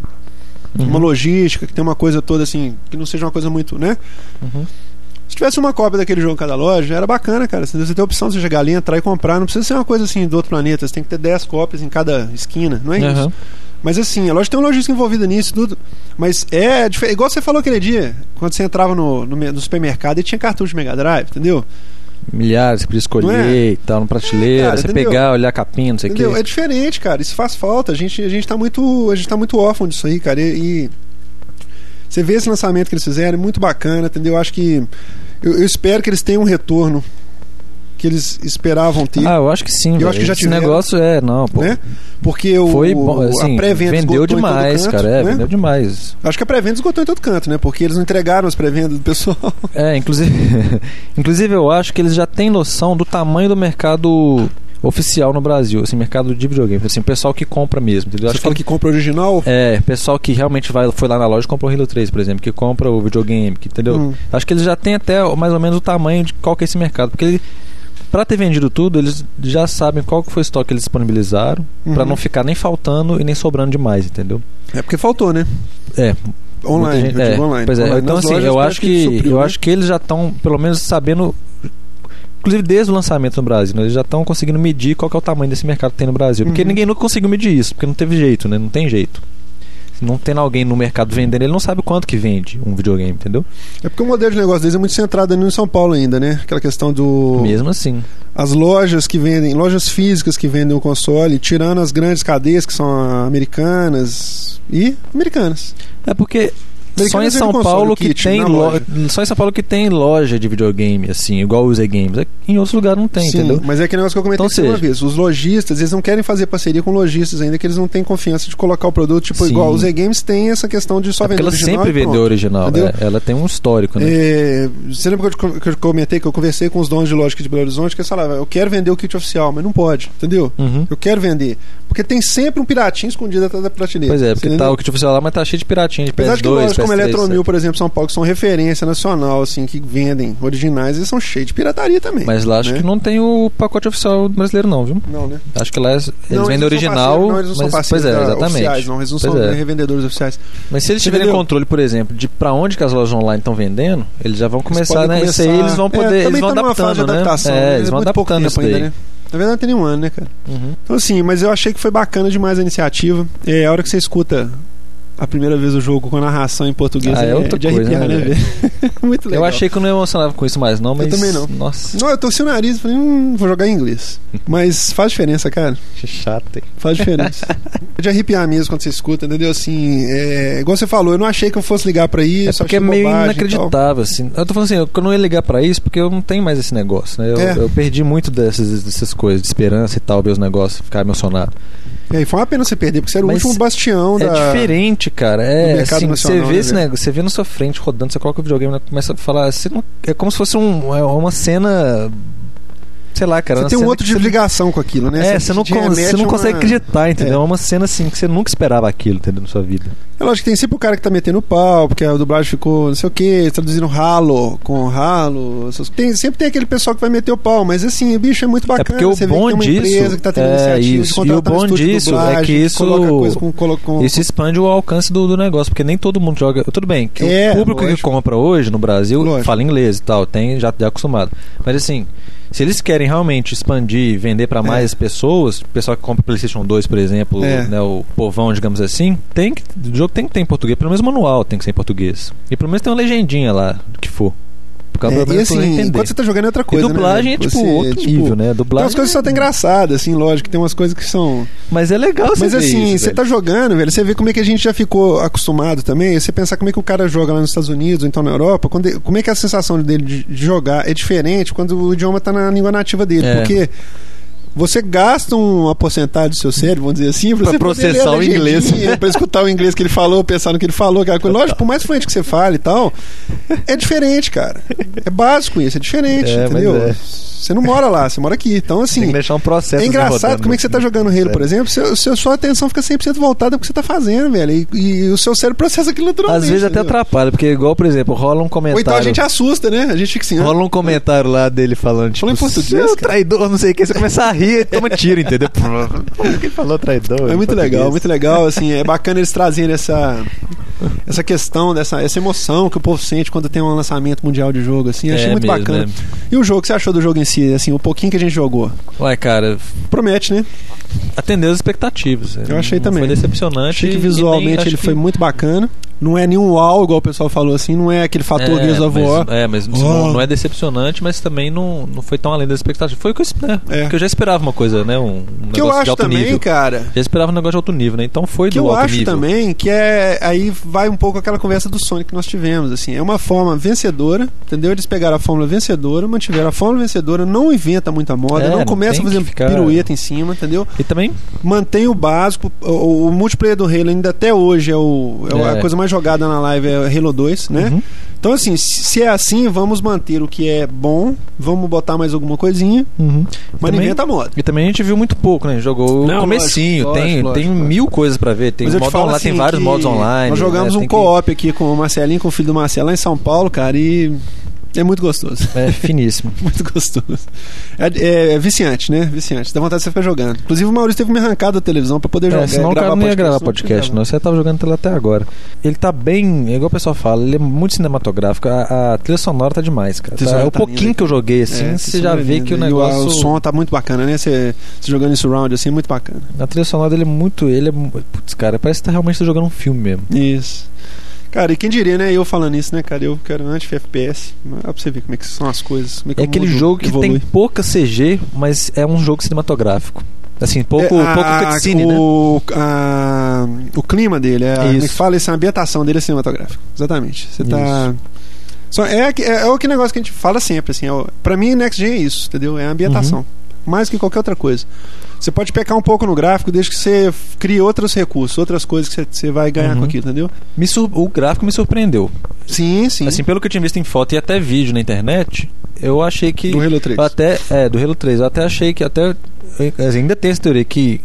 S3: uma
S2: Uhum.
S3: logística, que tem uma coisa toda assim, que não seja uma coisa muito, né?
S2: Uhum.
S3: Se tivesse uma cópia daquele jogo em cada loja, era bacana, cara. Você tem a opção de você chegar ali, entrar e comprar. Não precisa ser uma coisa assim do outro planeta. Você tem que ter 10 cópias em cada esquina. Não é isso.
S2: Aham.
S3: Mas assim, a loja tem uma logística envolvida nisso e tudo. Mas é difer- igual você falou aquele dia, quando você entrava no, no, me- no supermercado e tinha cartucho de Mega Drive, entendeu?
S2: Milhares, você podia escolher
S3: Não é?
S2: e tal, no prateleira,
S3: É, cara,
S2: você
S3: entendeu?
S2: pegar, olhar a capinha, não sei o quê.
S3: Entendeu? É diferente, cara. Isso faz falta. A gente, a gente tá muito. A gente tá muito órfão disso aí, cara. E. e Você vê esse lançamento que eles fizeram, é muito bacana, entendeu? Eu Acho que. Eu, eu espero que eles tenham um retorno que eles esperavam ter.
S2: Ah, eu acho que sim. velho.
S3: É, acho que já
S2: Esse
S3: tiveram.
S2: negócio é, não, pô.
S3: né? Porque o,
S2: Foi bom, assim,
S3: a pré-venda
S2: vendeu
S3: esgotou em todo
S2: demais,
S3: canto,
S2: cara, é,
S3: né?
S2: vendeu demais.
S3: Acho que a pré-venda esgotou em todo canto, né? Porque eles não entregaram as pré-vendas do pessoal.
S2: É, inclusive, inclusive eu acho que eles já têm noção do tamanho do mercado oficial no Brasil, assim, mercado de videogame, assim, o pessoal que compra mesmo, entendeu?
S3: Você
S2: Acho
S3: fala
S2: que
S3: que compra original?
S2: é, pessoal que realmente vai, foi lá na loja e comprou o Halo 3, por exemplo, que compra o videogame, que, entendeu?
S3: Hum.
S2: Acho que eles já têm até mais ou menos o tamanho de qual que é esse mercado, porque ele, pra ter vendido tudo, eles já sabem qual que foi o estoque que eles disponibilizaram, pra
S3: Uhum.
S2: não ficar nem faltando e nem sobrando demais, entendeu?
S3: É porque faltou, né?
S2: É,
S3: Online,
S2: Muita gente-
S3: eu
S2: é,
S3: digo online.
S2: Pois é,
S3: Online
S2: então
S3: nas
S2: assim,
S3: lojas,
S2: eu
S3: espero
S2: acho que,
S3: supriu,
S2: eu
S3: né?
S2: acho que eles já estão, pelo menos, sabendo. Inclusive desde o lançamento no Brasil, né, eles já estão conseguindo medir qual que é o tamanho desse mercado que tem no Brasil. Porque
S3: Uhum.
S2: ninguém nunca conseguiu medir isso, porque não teve jeito, né? Não tem jeito. Se não tem alguém no mercado vendendo, ele não sabe quanto que vende um videogame, entendeu?
S3: É porque o modelo de negócio deles é muito centrado ali no São Paulo ainda, né? Aquela questão do.
S2: Mesmo assim.
S3: As lojas que vendem, lojas físicas que vendem o console, tirando as grandes cadeias que são americanas e americanas.
S2: É porque
S3: Americanas
S2: só em
S3: vende
S2: São
S3: console,
S2: Paulo que
S3: kit, né,
S2: tem
S3: na
S2: lo...
S3: loja.
S2: só em São Paulo que tem loja de videogame assim, igual os games. Em outros lugares não tem,
S3: Sim,
S2: entendeu?
S3: mas é aquele negócio que eu
S2: Então,
S3: comentei aqui uma
S2: seja.
S3: vez. Os lojistas, eles não querem fazer parceria com lojistas ainda, que eles não têm confiança de colocar o produto, tipo,
S2: Sim.
S3: igual os e-games tem essa questão de só
S2: É porque
S3: vender
S2: ela
S3: original
S2: sempre
S3: e pronto.
S2: vendeu original,
S3: entendeu?
S2: é, ela tem um histórico, né?
S3: É, você lembra que eu, te- que eu comentei que eu conversei com os donos de lógica de Belo Horizonte que eles falavam, eu quero vender o kit oficial, mas não pode, entendeu?
S2: Uhum.
S3: Eu quero vender. Porque tem sempre um piratinho escondido atrás da prateleira.
S2: Pois é,
S3: você
S2: porque
S3: entendeu?
S2: tá o kit oficial lá, mas tá cheio de piratinha, de
S3: Apesar de que
S2: PS2,
S3: lojas como é
S2: PS3,
S3: Eletromil, por exemplo, São Paulo, que são referência nacional, assim, que vendem originais, eles são cheios de pirataria também.
S2: Mas lá acho
S3: né?
S2: que não tem o pacote oficial brasileiro não, viu?
S3: Não, né?
S2: Acho que lá eles
S3: não,
S2: vendem
S3: não são
S2: original,
S3: parceiros, não, eles não são
S2: mas
S3: parceiros
S2: pois é,
S3: ah,
S2: exatamente.
S3: oficiais, não. Eles não
S2: Pois
S3: são
S2: é.
S3: revendedores oficiais.
S2: Mas se eles
S3: Você
S2: tiverem
S3: entendeu?
S2: controle, por exemplo, de pra onde que as lojas online estão vendendo, eles já vão começar,
S3: podem
S2: né? Isso aí
S3: começar-
S2: eles vão poder,
S3: é,
S2: eles
S3: também
S2: vão
S3: tá numa fase de
S2: adaptando, né?
S3: adaptação,
S2: é,
S3: né?
S2: eles vão
S3: muito pouco
S2: adaptando
S3: tempo
S2: isso daí.
S3: ainda, né? Na verdade, não tem nenhum ano, né, cara?
S2: Uhum.
S3: Então, assim, mas eu achei que foi bacana demais a iniciativa. É, a hora que você escuta a primeira vez o jogo com a narração em português
S2: Ah, é outra
S3: de
S2: coisa,
S3: arrepiar,
S2: né,
S3: né, velho? Muito legal.
S2: Eu achei que eu não emocionava com isso mais, não, mas.
S3: também não.
S2: Nossa,
S3: Não, eu torci o nariz, falei, hum, vou jogar em inglês. Mas faz diferença, cara.
S2: que chato, hein?
S3: Faz diferença. É de arrepiar mesmo quando você escuta, entendeu? Assim, é, igual você falou, eu não achei que eu fosse ligar pra isso.
S2: É porque
S3: achei
S2: é meio
S3: bobagem e tal.
S2: inacreditável, assim. Eu tô falando assim, eu eu não ia ligar pra isso porque eu não tenho mais esse negócio, né? Eu,
S3: É.
S2: eu perdi muito dessas, dessas coisas, de esperança e tal, ver os negócios, ficar emocionado.
S3: É, e foi uma pena você perder, porque você era o
S2: Mas
S3: último bastião
S2: É
S3: da.
S2: diferente, cara.
S3: do
S2: É
S3: mercado
S2: assim, você
S3: nacional,
S2: vê
S3: né,
S2: esse
S3: velho?
S2: negócio, você vê na sua frente rodando, você coloca o videogame, né, começa a falar. você não- é como se fosse um, é uma cena. Sei lá, cara.
S3: Você
S2: uma
S3: tem um
S2: cena
S3: outro
S2: que
S3: tipo
S2: né? você-
S3: de ligação com aquilo, né?
S2: É, você não,
S3: te
S2: con-
S3: remete
S2: você não
S3: a uma-
S2: consegue acreditar, entendeu?
S3: É.
S2: É uma cena assim que você nunca esperava aquilo, entendeu? Na sua vida.
S3: É lógico que tem sempre o cara que tá metendo pau, porque a dublagem ficou não sei o que, traduzindo ralo com ralo. essas- Tem, sempre tem aquele pessoal que vai meter o pau, mas assim, bicho, é muito bacana.
S2: É porque o
S3: você
S2: bom
S3: vê que tem uma
S2: disso
S3: empresa que tá tendo
S2: é
S3: iniciativa de
S2: isso, e
S3: contratar
S2: o
S3: um
S2: bom
S3: estúdio de
S2: disso é
S3: dublagem,
S2: que isso-
S3: coloca coisa com, colo- com-
S2: Isso expande o alcance do, do negócio, porque nem todo mundo joga. Tudo bem, que
S3: É,
S2: o público
S3: lógico.
S2: que compra hoje no Brasil
S3: Lógico.
S2: fala inglês e tal, tem já, já acostumado. Mas assim, se eles querem realmente expandir e vender pra mais pessoas, o pessoal que compra PlayStation 2, por exemplo,
S3: É.
S2: né, o povão, digamos assim, tem que, o jogo tem que ter em português, pelo menos o manual tem que ser em português. E pelo menos tem uma legendinha lá do que for. Porque
S3: É,
S2: pelo menos
S3: e
S2: a pessoa
S3: assim,
S2: entender.
S3: enquanto você tá jogando é outra
S2: E
S3: coisa. né,
S2: dublagem é
S3: velho?
S2: tipo
S3: Você,
S2: outro
S3: tipo,
S2: nível, né?
S3: Tem
S2: Dublagem.
S3: umas coisas que só tem engraçadas, assim, lógico, tem umas coisas que são.
S2: Mas é legal você
S3: Mas
S2: ver
S3: assim,
S2: isso,
S3: você
S2: velho.
S3: tá jogando, velho, você vê como é que a gente já ficou acostumado também, e você pensar como é que o cara joga lá nos Estados Unidos, ou então na Europa, quando ele- como é que a sensação dele de, de jogar é diferente quando o idioma tá na língua nativa dele,
S2: É.
S3: porque você gasta um, uma porcentagem do seu cérebro, vamos dizer assim, pra,
S2: Pra
S3: você poder ler a
S2: processar o
S3: legendinha,
S2: inglês.
S3: pra escutar o inglês que ele falou, pensar no que ele falou, aquela coisa. Lógico, por mais fluente que você fale e tal, é diferente, cara. É básico isso, é diferente,
S2: É, mas
S3: entendeu?
S2: é.
S3: Você não mora lá, você mora aqui. Então, assim,
S2: Tem que deixar um processo
S3: é engraçado
S2: rodando.
S3: como é que você tá jogando Halo, por exemplo, seu, seu- sua atenção fica 100% voltada pro que você tá fazendo, velho. E, e o seu cérebro processa aquilo naturalmente.
S2: Às vezes até
S3: entendeu?
S2: atrapalha, porque igual, por exemplo, rola um comentário.
S3: Ou então a gente assusta, né? A gente fica assim, ah,
S2: Rola um comentário lá dele falando, tipo,
S3: Fala em português,
S2: seu
S3: cara."
S2: traidor, não sei o que, você começa a rir e toma tiro, entendeu? Quem falou traidor?
S3: é
S2: em
S3: muito
S2: português?
S3: legal, muito legal, assim, é bacana eles trazerem essa essa questão dessa essa emoção que o povo sente quando tem um lançamento mundial de jogo assim, achei
S2: É
S3: muito
S2: mesmo,
S3: bacana.
S2: né?
S3: E o jogo, o que você achou do jogo em si, assim, o pouquinho que a gente jogou?
S2: Ué, cara,
S3: Promete, né?
S2: atendeu as expectativas. é,
S3: Eu achei
S2: Não
S3: também.
S2: Foi decepcionante.
S3: Achei
S2: e
S3: que
S2: nem-
S3: visualmente
S2: acho
S3: ele
S2: que-
S3: foi muito bacana. Não é nenhum uau, igual o pessoal falou assim, não é aquele fator
S2: é,
S3: Gears of War.
S2: mas, é, mas isso
S3: Oh.
S2: não, não é decepcionante, mas também não, não foi tão além das expectativas. Foi o que eu, esp- né?
S3: É.
S2: Porque eu já esperava uma coisa, né? Um, um negócio
S3: que eu
S2: de
S3: acho
S2: alto
S3: também,
S2: nível.
S3: cara,
S2: Já esperava um negócio de alto nível, né? Então foi
S3: que
S2: do
S3: eu
S2: alto
S3: acho
S2: nível.
S3: também que é aí vai um pouco aquela conversa do Sonic que nós tivemos assim é uma forma vencedora entendeu eles pegaram a fórmula vencedora mantiveram a fórmula vencedora não inventa muita moda
S2: É,
S3: não
S2: não
S3: começa
S2: tem
S3: a fazer
S2: que ficar-
S3: pirueta em cima entendeu
S2: E também
S3: mantém o básico o, o- o multiplayer do Halo ainda até hoje é, o, é o-
S2: É.
S3: a coisa mais jogada na live é o Halo 2 né
S2: Uhum.
S3: então assim se se é assim vamos manter o que é bom vamos botar mais alguma coisinha
S2: Uhum.
S3: mas tá não
S2: Também-
S3: inventa moda
S2: E também a gente viu muito pouco, né? Jogou
S1: Não,
S2: o comecinho,
S3: lógico,
S2: tem,
S3: lógico,
S2: tem
S3: lógico.
S2: mil coisas pra ver, tem
S3: Mas eu te
S2: modo
S3: falo
S2: online,
S3: assim
S2: tem vários
S3: que
S2: modos online.
S3: Nós jogamos
S2: né?
S3: um
S2: Tem que-
S3: co-op aqui com o Marcelinho, com o filho do Marcelo, lá em São Paulo, cara, e é muito gostoso.
S2: É finíssimo.
S3: Muito gostoso. É, é- é viciante, né? Viciante. Dá vontade de você ficar jogando. Inclusive, o Maurício teve que me arrancar da televisão pra poder jogar.
S2: é, senão o cara não ia gravar podcast, né?
S3: senão
S2: não. Você tava jogando tela até agora. Ele tá bem, é igual o pessoal fala, ele é muito cinematográfico. A, a trilha sonora tá demais, cara.
S3: Trilha
S2: Tá-
S3: sonora
S2: o
S3: tá
S2: pouquinho
S3: linda,
S2: que eu joguei
S3: não
S2: assim,
S3: dá. É,
S2: você já vê que o
S3: e
S2: negócio.
S3: O som tá muito bacana, né? Você você jogando em surround assim, muito bacana.
S2: A trilha sonora dele é muito. Ele é. mu- Putz, cara, parece que tá realmente tá jogando um filme mesmo.
S3: Isso. Cara, e quem diria, né? Eu falando isso, né, cara? Eu quero anti-FPS. Mas Dá pra você ver como é que são as coisas. como que
S2: É
S3: o
S2: aquele
S3: um mundo
S2: jogo que
S3: evolui.
S2: tem pouca CG, mas é um jogo cinematográfico. Assim, pouco,
S3: É, a-
S2: pouco cutscene, né?
S3: o, a- o clima dele, é, a- como é que
S2: Isso.
S3: fala isso, a ambientação dele é cinematográfica. Exatamente. Você tá. Só- é, aque- é, é o que negócio que a gente fala sempre, assim. É, o- pra mim, Next Gen é isso, entendeu? É a ambientação.
S2: Uhum.
S3: Mais que qualquer outra coisa. Você pode pecar um pouco no gráfico, desde que você f- crie outros recursos, outras coisas que você, você vai ganhar
S2: Uhum.
S3: com aquilo, entendeu?
S2: Me sur- O gráfico me surpreendeu.
S3: Sim, sim.
S2: Assim, pelo que eu tinha visto em foto e até vídeo na internet, eu achei que.
S3: do Halo 3.
S2: eu até, é, do Halo 3. Eu até achei que até. eu ainda tem essa teoria que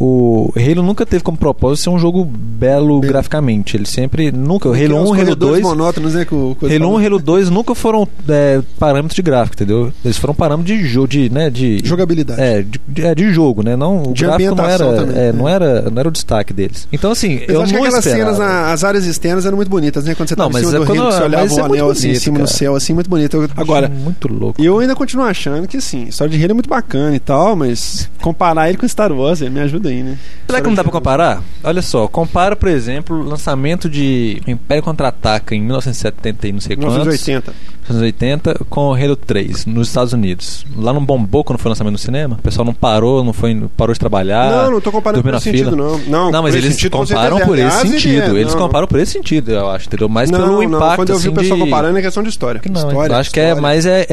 S2: o Halo nunca teve como propósito ser um jogo belo
S3: Belo.
S2: graficamente. Ele sempre. Nunca. O
S3: Porque
S2: Halo 1
S3: os
S2: o Halo
S3: corredores
S2: 2.
S3: monótonos, né? Que o, coisa
S2: Halo 1
S3: fala.
S2: e Halo 2 nunca foram é, parâmetros de gráfico, entendeu? Eles foram parâmetros de jogo, de, né, de,
S3: Jogabilidade.
S2: é, de, de- é, de jogo, né? Não, o
S3: De
S2: gráfico não era,
S3: ambientação também,
S2: é,
S3: né?
S2: não era, não era o destaque deles. Então assim,
S3: Eu,
S2: eu
S3: acho que
S2: não
S3: aquelas
S2: esperava.
S3: cenas, na- as áreas externas eram muito bonitas, né? Quando você
S2: Não,
S3: tava em
S2: mas
S3: cima
S2: é
S3: do
S2: quando-
S3: rio, que você
S2: mas
S3: olhava
S2: é
S3: o
S2: muito
S3: anel assim, em
S2: bonito,
S3: cima no
S2: cara.
S3: céu, assim, muito bonito. Eu- agora,
S2: é muito louco.
S3: eu ainda continuo achando que, assim, a história de Halo é muito bacana e tal, mas comparar ele com Star Wars, ele me ajuda tudo aí, né?
S2: Será que não dá pra comparar? Olha só, compara, por exemplo, o lançamento de Império Contra-Ataca em 1970 e um, não sei quantos,
S3: 1980.
S2: 1980, com o Halo 3 nos Estados Unidos. Lá não bombou quando foi o lançamento no cinema? O pessoal não parou, não foi, parou de trabalhar.
S3: não, não tô
S2: dormir
S3: comparando por
S2: Ah, na
S3: esse sentido,
S2: fila.
S3: não. Não,
S2: Não, mas
S3: por esse
S2: eles
S3: sentido, com
S2: comparam
S3: certeza.
S2: por esse
S3: Aliás, ele
S2: sentido.
S3: é,
S2: eles
S3: não.
S2: comparam por esse sentido, eu acho, entendeu? Mas pelo impacto,
S3: Quando eu vi
S2: assim,
S3: o pessoal
S2: de...
S3: comparando é questão de história.
S2: Que Não,
S3: história,
S2: eu acho que é
S3: história.
S2: mais é,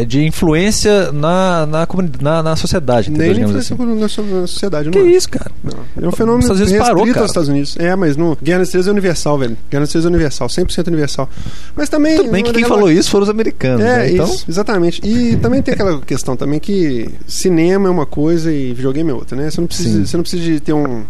S2: é de influência na, na, comuni- na, na sociedade, entendeu?
S3: Nem ele
S2: Digamos
S3: influencia
S2: assim.
S3: na sociedade,
S2: Que
S3: não. é.
S2: isso, cara?
S3: Não, ele é um fenômeno
S2: Estados Unidos
S3: restrito
S2: parou, cara.
S3: aos Estados Unidos. É, mas no Guerra nas Estrelas é universal, velho. Guerra nas Estrelas é universal, 100% universal. Mas também...
S2: Tudo bem que
S3: não- é
S2: quem
S3: não-
S2: falou isso foram os americanos,
S3: É,
S2: né? Então,
S3: isso, exatamente. E também tem aquela questão também que cinema é uma coisa e videogame é outra, né? Você não precisa,
S2: Sim.
S3: você não precisa de ter um...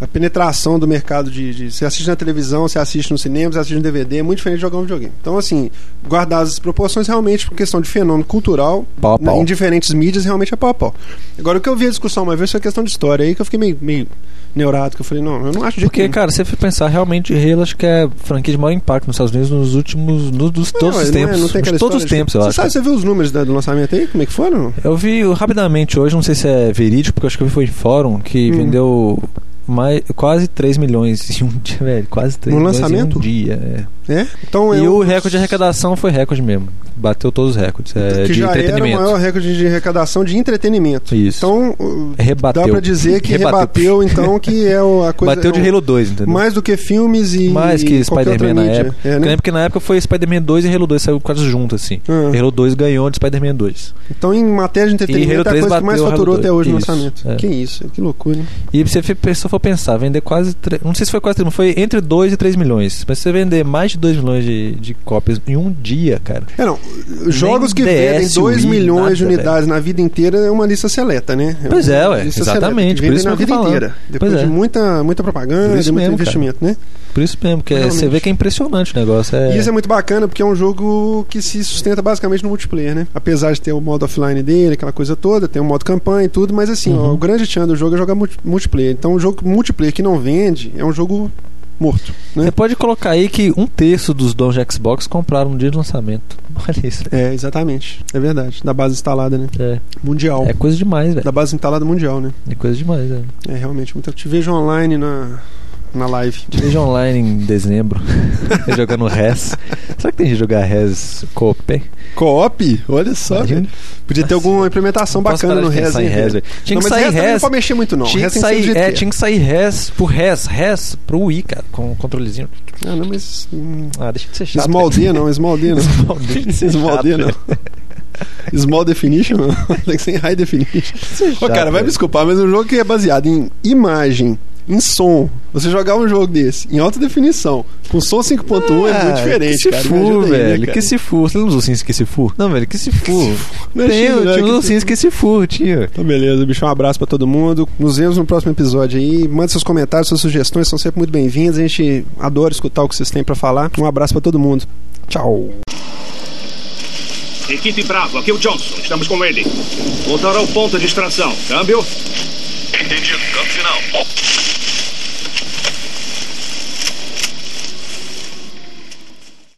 S3: A penetração do mercado de, de. Você assiste na televisão, você assiste no cinema, você assiste no DVD, é muito diferente de jogar um videogame. Então, assim, guardadas as proporções, realmente, por questão de fenômeno cultural,
S2: pau a
S3: na-
S2: pau.
S3: em diferentes mídias, realmente é pau a pau. Agora, o que eu vi a discussão uma vez foi a questão de história, aí que eu fiquei meio, meio neurado, que eu falei, não, eu não acho de
S2: Porque, cara, se você for pensar, realmente, Halo acho que é a franquia de maior impacto nos Estados Unidos nos últimos. Nos, dos, todos os
S3: é,
S2: tempos. de todos os tempos, eu
S3: você
S2: acho.
S3: Sabe, você viu os números da- do lançamento aí? Como é que foram?
S2: Eu vi rapidamente hoje, não sei se é verídico, porque eu acho que eu vi foi em fórum, que
S3: Hum.
S2: vendeu mais, quase 3 milhões em um dia, velho. Quase 3
S3: No
S2: milhões em
S3: lançamento?
S2: um dia. é.
S3: É? Então,
S2: E
S3: eu-
S2: o recorde de arrecadação foi recorde mesmo. Bateu todos os recordes. É,
S3: que
S2: de
S3: já era o
S2: entretenimento.
S3: maior recorde de arrecadação de entretenimento.
S2: Isso.
S3: Então, o-
S2: rebateu.
S3: dá pra dizer que rebateu, então, que é o- a coisa...
S2: Bateu de
S3: é um-
S2: Halo 2, entendeu?
S3: Mais do que filmes e
S2: Mais que
S3: e qualquer outra
S2: Spider-Man na
S3: mídia.
S2: época.
S3: É,
S2: Eu
S3: né?
S2: lembro que na época foi Spider-Man 2 e Halo 2 saiu quase junto, assim.
S3: Ah,
S2: Halo 2 ganhou de Spider-Man 2.
S3: Então, em matéria
S2: E Halo
S3: de entretenimento, é a
S2: 3
S3: coisa que mais
S2: bateu o
S3: faturou
S2: Halo
S3: até hoje no
S2: dois.
S3: lançamento.
S2: Isso, é.
S3: Que isso, que loucura, hein?
S2: E se a pessoa for pensar, vender quase. tre- Não sei se foi quase 3 foi entre 2 e 3 milhões. Mas se você vender mais de 2 milhões de, de cópias em um dia, cara.
S3: É, não. Jogos que vendem
S2: DS,
S3: 2
S2: Wii,
S3: milhões
S2: nada,
S3: de unidades na vida inteira é uma lista seleta, né?
S2: Pois é,
S3: uma
S2: ué,
S3: lista seleta,
S2: exatamente, por
S3: que vendem
S2: isso
S3: na
S2: que eu
S3: vida
S2: tô falando.
S3: inteira. Depois
S2: Pois
S3: de
S2: é.
S3: muita, muita propaganda,
S2: Por isso
S3: muito
S2: mesmo, cara.
S3: investimento, né?
S2: Por isso mesmo, porque é- você
S3: Realmente.
S2: vê que é impressionante o negócio. É...
S3: E isso é muito bacana porque é um jogo que se sustenta basicamente no multiplayer, né? Apesar de ter o modo offline dele, aquela coisa toda, tem o modo campanha e tudo, mas assim, ó,
S2: Uhum.
S3: o grande tchan do jogo é jogar multi- multiplayer. Então, um jogo multiplayer que não vende é um jogo morto, né?
S2: Você pode colocar aí que um terço dos dons de Xbox compraram no dia de lançamento. Olha isso.
S3: É, exatamente. É verdade. Da base instalada, né?
S2: É,
S3: Mundial.
S2: é coisa demais, velho.
S3: Da base instalada mundial, né?
S2: É coisa demais, velho.
S3: É, realmente. Muito... Te vejo online na, na live.
S2: Veja online em dezembro, jogando Res. Será que tem que jogar Res Coop? hein?
S3: Co-op? Olha só,
S2: Imagina.
S3: velho. Podia ter alguma implementação
S2: Não posso
S3: bacana
S2: parar
S3: no
S2: de
S3: Rez,
S2: pensar em
S3: hein?
S2: Res, velho. Tinha
S3: não,
S2: que
S3: mas
S2: sair
S3: Rez também não
S2: Res.
S3: pode mexer muito, não.
S2: Tinha
S3: Rez
S2: que,
S3: tem ser do
S2: sair,
S3: jeito
S2: é,
S3: que é.
S2: tinha que sair res pro res, res pro Wii, cara, com um controlezinho.
S3: Ah, não, mas... hum,
S2: Ah, deixa de ser chato.
S3: Small D não, Small D não.
S2: Small D, deixa de ser
S3: Small
S2: chato,
S3: D não.
S2: velho.
S3: Small Definition não. Tem que ser em High Definition. Ô,
S2: chato,
S3: cara, vai
S2: velho.
S3: me desculpar, mas um jogo que é baseado em imagem, em som, você jogar um jogo desse em alta definição, com som 5.1 é muito
S2: Ah,
S3: diferente,
S2: que se
S3: cara. Me
S2: fu,
S3: ajuda aí, né,
S2: velho.
S3: cara?
S2: que se fu. Você não usou Sims que se fu? Não, velho, que se fu.
S3: Não é
S2: Tem,
S3: chique, né?
S2: tinha
S3: Que
S2: uns
S3: se
S2: Sims que se fu, tinha.
S3: Então, beleza, bicho. Um abraço pra todo mundo. Nos vemos no próximo episódio aí. Mande seus comentários, suas sugestões, são sempre muito bem-vindas. A gente adora escutar o que vocês têm pra falar. Um abraço pra todo mundo. Tchau.
S1: Equipe Bravo, aqui é o Johnson. Estamos com ele. Voltar ao ponto de extração. Câmbio.
S4: Entendido, campo final.